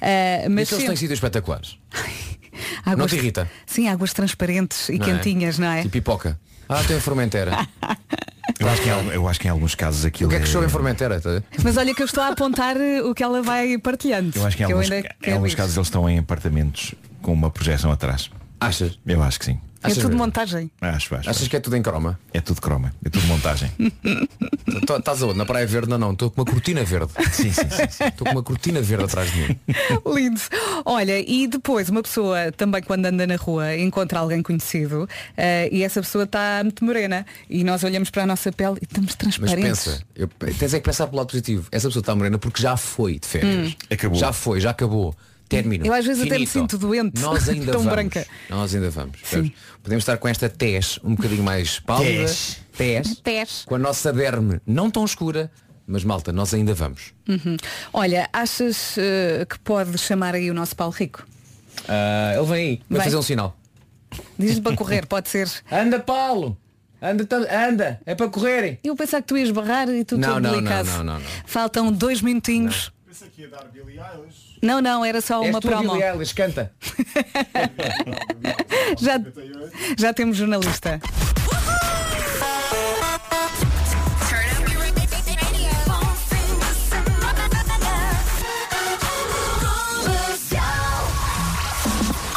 B: Ah,
G: Mas
B: mas
G: Aqueles
B: sempre-
G: têm sido espetaculares.
B: águas-
G: Não te irrita?
B: Sim, águas transparentes e
G: Não é?
B: quentinhas, não é?
G: E pipoca. Ah, tem a Formentera.
H: Eu acho que em, al- eu acho que em alguns casos
G: o
H: aquilo
G: que é que chegou em
H: é...
G: Formentera? tá?
B: Mas olha que eu estou a apontar eh, o que ela vai partilhando.
H: Eu acho que em
B: eu
H: alguns,
B: ainda
H: em
B: quero
H: alguns
B: ir.
H: casos eles estão em apartamentos com uma projeção atrás.
G: Achas?
H: Eu acho que sim.
B: É tudo
G: mesmo?
B: montagem.
H: Acho, acho.
G: Achas
H: acho.
G: que é tudo em croma?
H: É tudo croma, é tudo montagem.
G: Tô- tô- Estás aonde? tá, Na Praia Verde? Não, não. Estou com uma cortina verde.
H: sim, sim, sim.
G: Estou com uma cortina verde atrás de mim.
B: Lindo. Olha, e depois uma pessoa também quando anda na rua encontra alguém conhecido eh, e essa pessoa está muito morena e nós olhamos para a nossa pele e estamos
G: Mas
B: transparentes.
G: pensa, eu, tens é que pensar pelo lado positivo. Essa pessoa está morena porque já foi de férias.
H: Hum. Acabou.
G: Já foi, já acabou. Termino.
B: Eu às vezes até me
G: Finito.
B: sinto doente.
G: Nós ainda
B: Tão
G: vamos.
B: branca.
G: Nós ainda vamos. percebes? Podemos estar com esta tez um bocadinho mais pálida.
H: Tez.
G: Tez.
B: Tez.
G: Com a nossa derme não tão escura, mas malta, nós ainda vamos.
B: Uhum. Olha, achas eh, que pode chamar aí o nosso Paulo Rico?
G: Ah, ele vem aí. Vai,
B: Vai.
G: fazer um sinal.
B: Diz-lhe para correr, pode ser.
G: Anda, Paulo! Anda, anda! É para correrem!
B: Eu pensava que tu ias barrar e tu
G: Não,
B: todo
G: não, não,
B: delicado.
G: não, não, não.
B: Faltam dois minutinhos. Não, não, era só uma promo.
G: canta.
B: Já, já temos jornalista.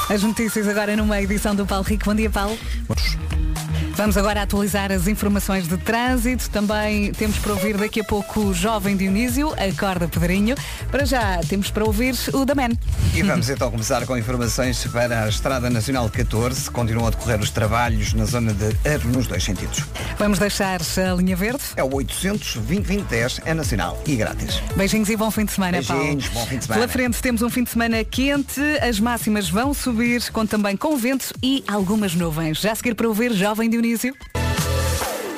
B: As notícias agora numa edição do Paulo Rico. Bom dia, Paulo. Vamos agora atualizar as informações de trânsito. Também temos para ouvir daqui a pouco o jovem Dionísio, acorda Pedrinho. Para já temos para ouvir o da Man.
C: E vamos então começar com informações para a Estrada Nacional 14. Continuam a decorrer os trabalhos na zona de Aro nos dois sentidos.
B: Vamos deixar a linha verde.
C: É o 800 é nacional e grátis.
B: Beijinhos e bom fim de semana,
C: Beijinhos,
B: Paulo.
C: bom fim de semana.
B: Pela frente temos um fim de semana quente, as máximas vão subir, com também com vento e algumas nuvens. Já a seguir para ouvir Jovem Dionísio.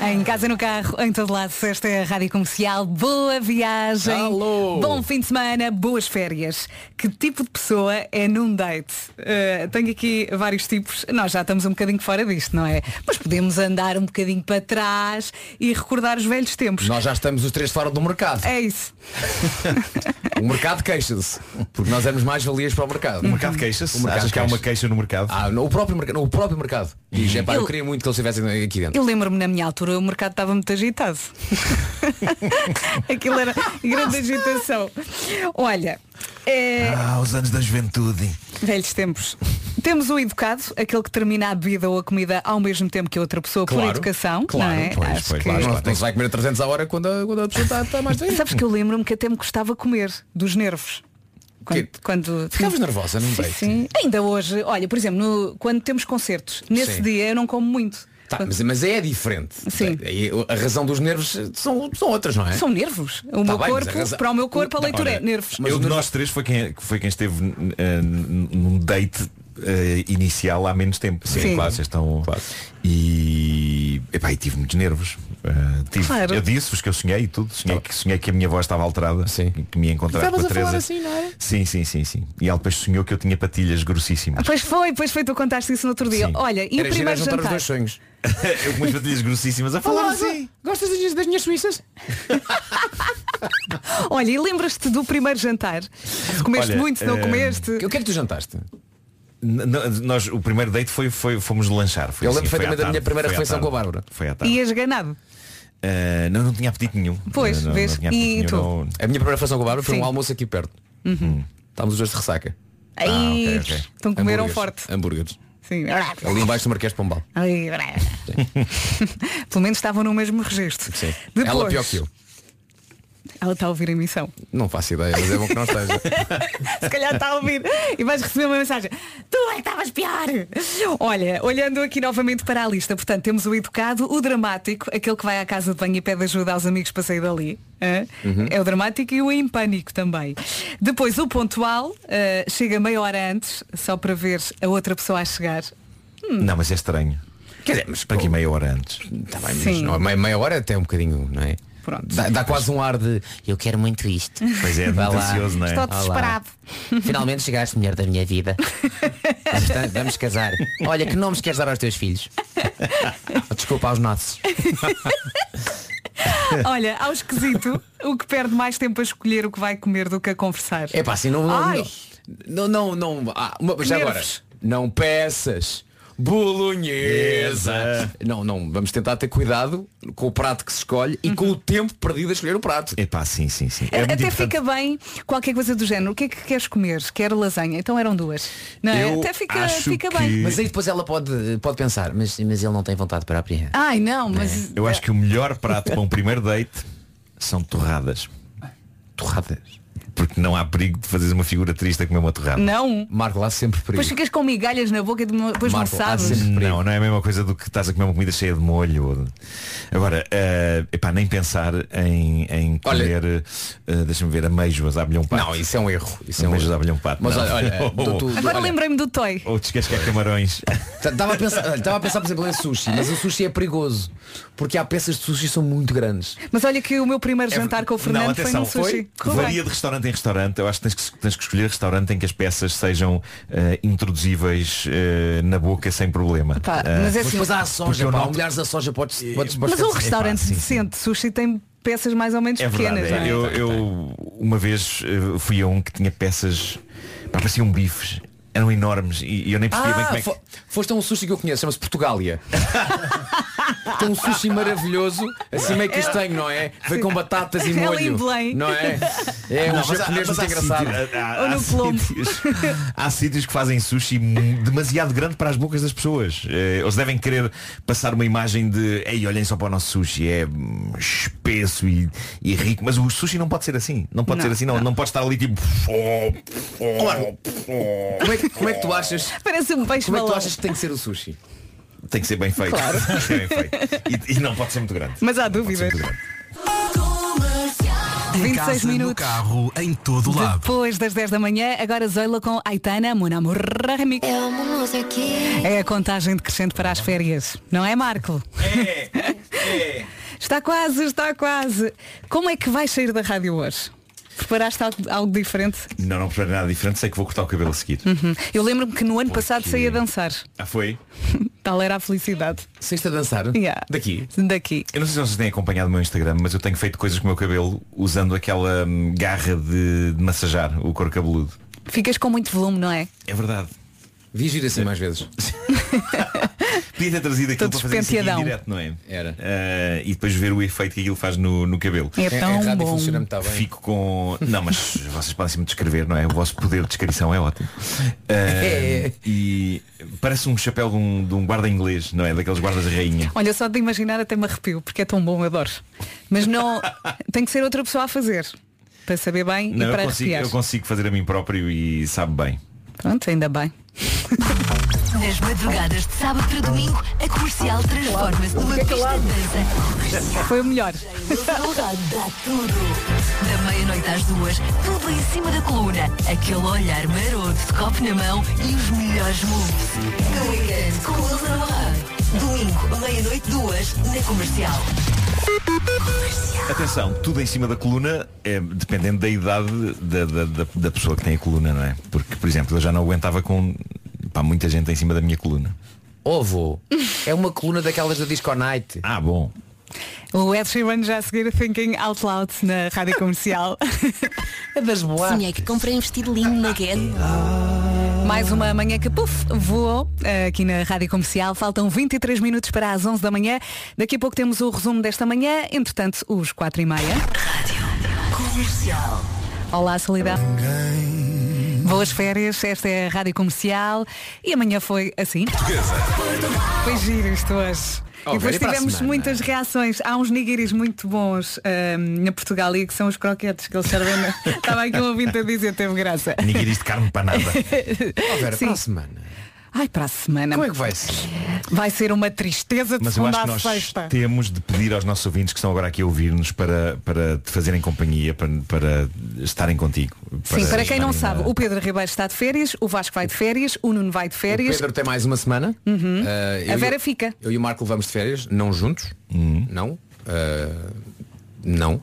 B: Em casa, no carro, em todo lado, esta é a Rádio Comercial. Boa viagem.
M: Alô.
B: Bom fim de semana, boas férias. Que tipo de pessoa é num date? Uh, tenho aqui vários tipos. Nós já estamos um bocadinho fora disto, não é? Mas podemos andar um bocadinho para trás e recordar os velhos tempos.
G: Nós já estamos os três fora do mercado.
B: É isso.
G: O mercado queixa-se. Porque nós éramos mais valias para o mercado.
H: O mercado queixa-se?
G: O mercado
H: Achas que há uma
G: queixa no mercado? Ah, no, o, próprio mercado, o próprio mercado. Diz, é pá, eu
B: Eu-
G: queria muito que eles estivessem aqui dentro.
B: Eu lembro-me na minha altura o mercado estava muito agitado. Aquilo era grande agitação. Olha, é,
H: Ah, os anos da juventude.
B: velhos tempos. Temos o educado, aquele que termina a bebida ou a comida ao mesmo tempo que a outra pessoa por educação.
G: claro,
B: não é?
G: pois,
B: Acho
G: pois,
B: que-
G: claro, claro. Não então, se vai comer a 300 a hora quando a, quando a pessoa está, está mais doente.
B: Sabes que eu lembro-me que até me gostava comer dos nervos. Quando, quando...
G: Ficavas nervosa num
B: sim,
G: date?
B: sim. Ainda hoje, olha, por exemplo, no- quando temos concertos, nesse
G: Sim.
B: dia eu não como muito.
G: Tá, mas, mas é diferente.
B: Sim.
G: Aí A razão dos nervos são, são outras, não é?
B: São nervos. O
G: Tá
B: meu
G: bem, mas
B: corpo,
G: a razão-
B: para o meu corpo, a
G: Não,
B: leitura é
G: olha,
B: nervos.
H: Mas o de nós três foi quem, foi quem esteve eh, num date eh, inicial há menos tempo.
B: Sim.
H: Claro, vocês estão. E, epá, e tive muitos nervos. Eh, tive-
B: Claro.
H: Eu disse-vos que eu sonhei e tudo. Sonhei, que, sonhei que a minha voz estava alterada. Sim. Que me ia encontrar com a
B: Estavas a falar
H: Teresa.
B: assim, não é?
H: Sim, sim, sim, sim. E ela depois sonhou que eu tinha patilhas grossíssimas.
B: Ah, Pois foi, pois foi, tu contaste isso no outro dia. Olha, e o primeiro jantar?
H: sonhos. eu com umas patilhas grossíssimas a falar assim.
B: Gostas das minhas suíças? Olha, e lembras-te do primeiro jantar? Se comeste
H: Olha,
B: muito, se não
H: eh,
B: comeste.
H: o
G: que é que tu jantaste?
H: N- n- Nós, o primeiro date foi, foi, fomos lanchar. Foi
G: Eu lembro
H: assim, foi à
G: perfeitamente da
H: tarde,
G: minha primeira
H: foi à
G: refeição
H: tarde.
G: com a Bárbara.
H: Foi à tarde.
B: Ias ganado.
H: Ah, não, não tinha apetite nenhum.
B: Pois,
H: não,
B: vês?
H: tinha apetite
B: E
H: nenhum,
B: tu?
H: não-
G: A minha primeira refeição com a Bárbara foi
B: Sim.
G: um almoço aqui perto. Estávamos os dois de ressaca.
B: Ai,
G: Ah, ok, Ah. ok.
B: então comeram
G: Hambúrgueres,
B: forte.
G: Hambúrgueres.
B: Sim.
G: Ali embaixo do Marquês de Pombal.
B: Ai, brá. Pelo menos estavam no mesmo registro.
G: Sim.
B: Depois,
G: Ela é pior que eu.
B: Ela está a ouvir a emissão.
G: Não faço ideia, mas é bom que não esteja.
B: Se calhar está a ouvir e vais receber uma mensagem. Tu é que estavas pior. Olha, olhando aqui novamente para a lista, portanto, temos o educado, o dramático, aquele que vai à casa de banho e pede ajuda aos amigos para sair dali. hã?
M: Uhum.
B: É o dramático e o em pânico também. Depois o pontual, ah, chega meia hora antes, só para ver a outra pessoa a chegar.
H: Não, mas é estranho.
G: Quer dizer, mas
H: para aqui meia hora antes.
G: Está bem, mas
B: Sim.
G: não, meia, meia hora é até um bocadinho, não é?
B: Pronto.
G: Dá, dá quase um ar de eu quero muito isto.
H: Pois é,
G: Vá
H: muito
G: lá.
H: ansioso, não é?
G: Vá lá. Finalmente chegaste mulher da minha vida. Portanto, Vamos casar. Olha, que nomes queres dar aos teus filhos? Desculpa aos nossos.
B: Olha, ao esquisito, o que perde mais tempo a escolher o que vai comer do que a conversar.
G: É pá, assim, não. não-
B: Ai.
G: Não, não, não. não- ah, uma- já agora.
B: Nervos.
G: Não peças. Bolonhesa. Não, não. Vamos tentar ter cuidado com o prato que se escolhe e
B: Uhum.
G: com o tempo perdido a escolher o prato.
H: É pá, sim, sim, sim. É muito
B: Até
H: importante.
B: fica bem qualquer coisa do género. O que é que queres comer? Quero lasanha. Então eram duas. Não é? Até fica, fica bem.
G: Mas aí depois ela pode, pode pensar, mas, mas ele não tem vontade para aprender.
B: Ai não, mas.
H: Eu acho que o melhor prato para um primeiro date são torradas. Torradas. Porque não há perigo de fazeres uma figura triste a comer uma torrada.
B: Não.
G: Marco, lá sempre
B: Depois ficas com migalhas na boca e depois não sabes.
H: Não, não é a mesma coisa do que estás a comer uma comida cheia de molho. ou de- Agora, eh, epá, nem pensar em, em comer, eh, deixa-me ver, ameijoas, abelhão pato.
G: Não, isso é um erro. Isso é um
H: ameijoas,
G: erro.
H: abelhão pato.
G: Mas
H: não.
G: olha, olha, tu- tu-
B: Agora
G: Olha.
B: lembrei-me do Toy.
H: Ou descascar é camarões.
G: Estava a, pensar, olha, estava a pensar, por exemplo, em sushi, mas o sushi é perigoso, porque há peças de sushi que são muito grandes.
B: Mas olha que o meu primeiro jantar com o
H: É não,
B: Fernando foi
H: atenção,
B: no sushi. é? Correu bem.
H: Varia de restaurante em restaurante. Eu acho que tens que, tens que escolher restaurante em que as peças sejam eh, introduzíveis eh, na boca sem problema.
B: Pá,
H: Eh,
B: mas é assim-
G: Depois há a
H: porque
G: soja,
H: eu
G: pá,
H: não-
G: ao molhares da soja podes... podes,
B: Mas um
G: podes-
B: restaurante
G: Epá, sim,
B: decente de sushi tem peças mais ou menos
H: É verdade.
B: pequenas. não é?
H: eu, eu uma vez eh, fui a um que tinha peças. Pá, pareciam bifes. Eram enormes e, e eu nem percebia bem
G: Ah,
H: como é que.
G: fo- foste a um sushi que eu conheço, chama-se Portugália. com um sushi maravilhoso, assim meio castanho, não é? Vem com batatas e
B: Ela em
G: molho.
B: Belém.
G: Não é? É um
H: Ah, Não, mas há-
G: japonês
H: mas
G: muito
H: há
G: engraçado.
H: sítio- há- há-
B: Ou no
H: há
B: Colombo.
H: sítios- Há sítios que fazem sushi mu- demasiado grande para as bocas das pessoas. Eh, Eles devem querer passar uma imagem de ei, olhem só para o nosso sushi, é hum, espesso e, e rico, mas o sushi não pode ser assim. Não pode
B: Não,
H: ser assim, não. Não pode estar ali tipo.
G: Claro. Como é, que- como é que tu achas?
B: Parece um peixe
G: Como é que tu
B: balão.
G: achas que tem que ser o sushi?
H: Tem que ser bem feito. Tem que ser bem feito. E, e não pode ser muito grande.
B: Mas há dúvidas.
D: Em
B: 26
D: casa, no
B: minutos.
D: carro, em todo lado.
B: Depois das 10 da manhã, agora Zoila com Aitana Monamor Remix. É a contagem decrescente para as férias, não é Marco?
H: É,
B: Está quase, está quase. Como é que vais sair da rádio hoje? Preparaste algo, algo diferente?
H: Não, não preparo nada diferente, sei que vou cortar o cabelo a seguir.
B: Uhum. Eu lembro-me que no ano passado saí a dançar.
H: Ah, foi?
B: Tal era a felicidade.
G: Saíste a dançar?
B: Yeah.
H: Daqui?
B: Daqui.
H: Eu não sei se vocês têm acompanhado o meu Instagram, mas eu tenho feito coisas com o meu cabelo usando aquela hum, garra de, de massajar o couro cabeludo.
B: Ficas com muito volume, não é?
H: É verdade.
G: Devias vir assim mais vezes.
H: Podia ter trazido aquilo
B: Todo
H: para fazer isso aqui em
B: despenteadão.
H: direto, não é? Era. e depois ver o efeito que aquilo faz no, no cabelo.
B: É É- é tão rádio e bom. funciona
G: Tá
B: muito bem.
H: Fico com. Não, mas vocês podem sempre descrever, não é? O vosso poder de descrição é ótimo. Ah,
B: É.
H: E parece um chapéu de um, de um guarda inglês, não é? Daqueles guardas de rainha.
B: Olha, só de imaginar até me arrepio, porque é tão bom, eu adoro. Mas não. tem que ser outra pessoa a fazer. Para saber bem
H: Não,
B: e
H: eu
B: para
H: consigo,
B: arrepiar.
H: eu consigo fazer a mim próprio e sabe bem.
B: Pronto, ainda bem.
I: Nas madrugadas de sábado para domingo, a comercial transforma-se numa pista de dança.
B: Foi o melhor.
I: dá tudo. Da meia-noite às duas, tudo em cima da coluna. Aquele olhar maroto de copo na mão e os melhores moves. The Weekend com o Elsa Navarro. Domingo, meia-noite, duas, na comercial.
H: Atenção, tudo em cima da coluna, é, dependendo da idade da, da, da- da pessoa que tem a coluna, não é? Porque, por exemplo, eu já não aguentava com pá, muita gente em cima da minha coluna.
G: Ovo. É uma coluna daquelas da Disco Night.
H: Ah, bom.
B: O Ed Sheeran já a seguir Thinking Out Loud na rádio comercial. é das boas.
I: Sonhei que comprei um vestido lindo na Guess.
B: Mais uma manhã que puf, voou eh, aqui na rádio comercial. Faltam 23 minutos para as 11 da manhã. Daqui a pouco temos o resumo desta manhã. Entretanto, os 4 e meia.
I: Comercial.
B: Olá, Solidão. Boas férias, esta é a Rádio Comercial e amanhã foi assim. Foi giro isto hoje.
G: Oh,
B: e depois
G: Vera, e para a
B: tivemos
G: semana?
B: muitas reações. Há uns nigiris muito bons ahm, na Portugal e que são os croquetes que eles servem. na- Estava aqui um ouvinte a dizer, teve graça.
H: Nigiris de carne para nada.
G: Oh, Vera,
B: Sim.
G: para a semana.
B: Ai, para a semana.
G: Como é que vai ser?
B: Vai ser uma tristeza de
H: Mas eu
B: segunda
H: acho que
B: à
H: nós
B: sexta.
H: temos de pedir aos nossos ouvintes que estão agora aqui a ouvir-nos para, para te fazerem companhia, para, para estarem contigo.
B: Sim, para quem não
H: estarem
B: sabe,
H: na-
B: o Pedro Ribeiro está de férias, o Vasco vai de férias, o Nuno vai de férias.
G: Pedro tem mais uma semana.
B: Uhum.
G: Ah, eu
B: A
G: e-
B: Vera fica.
G: Eu e o Marco vamos de férias, não juntos. Não. Ah, não.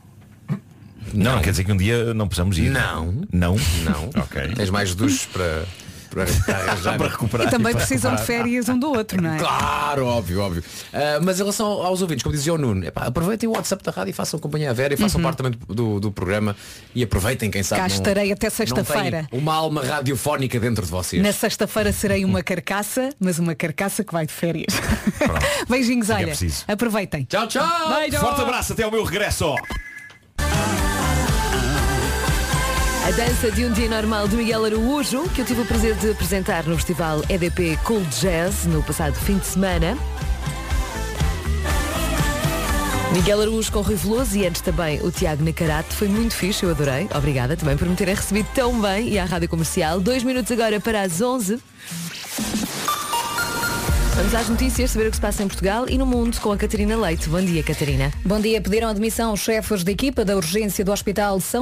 H: Não, não quer dizer que um dia não possamos ir.
G: Não.
H: Não?
G: Não.
H: Ok.
G: Tens mais duchos para, para, para arranjar.
H: Para recuperar.
B: E também
G: para
B: precisam de
G: recuperar.
B: férias um do outro, não é?
G: Claro, óbvio, óbvio. Ah, mas em relação aos ouvintes, como dizia o Nuno, epá, aproveitem o WhatsApp da rádio e façam companhia à Vera e façam parte também do, do- do programa e aproveitem, quem sabe.
B: Uhum. Cá
G: não-
B: estarei até
G: não tem
B: sexta-feira.
G: Uma alma radiofónica dentro de vocês.
B: Na sexta-feira serei uma carcaça, mas uma carcaça que vai de férias. Beijinhos,
H: é
B: olha.
H: preciso.
B: aproveitem.
G: Tchau, tchau!
B: Beijo.
H: Forte abraço, até ao meu regresso.
M: A dança de um dia normal de Miguel Araújo, que eu tive o prazer de apresentar no festival EDP Cool Jazz no passado fim de semana. Miguel Araújo com Rui Veloso e antes também o Tiago Nacarate. Foi muito fixe, eu adorei. Obrigada também por me terem recebido tão bem e à Rádio Comercial. Dois minutos agora para as 11. Vamos às notícias, saber o que se passa em Portugal e no mundo com a Catarina Leite. Bom dia, Catarina.
P: Bom dia. Pediram admissão os chefes de equipa da urgência do Hospital São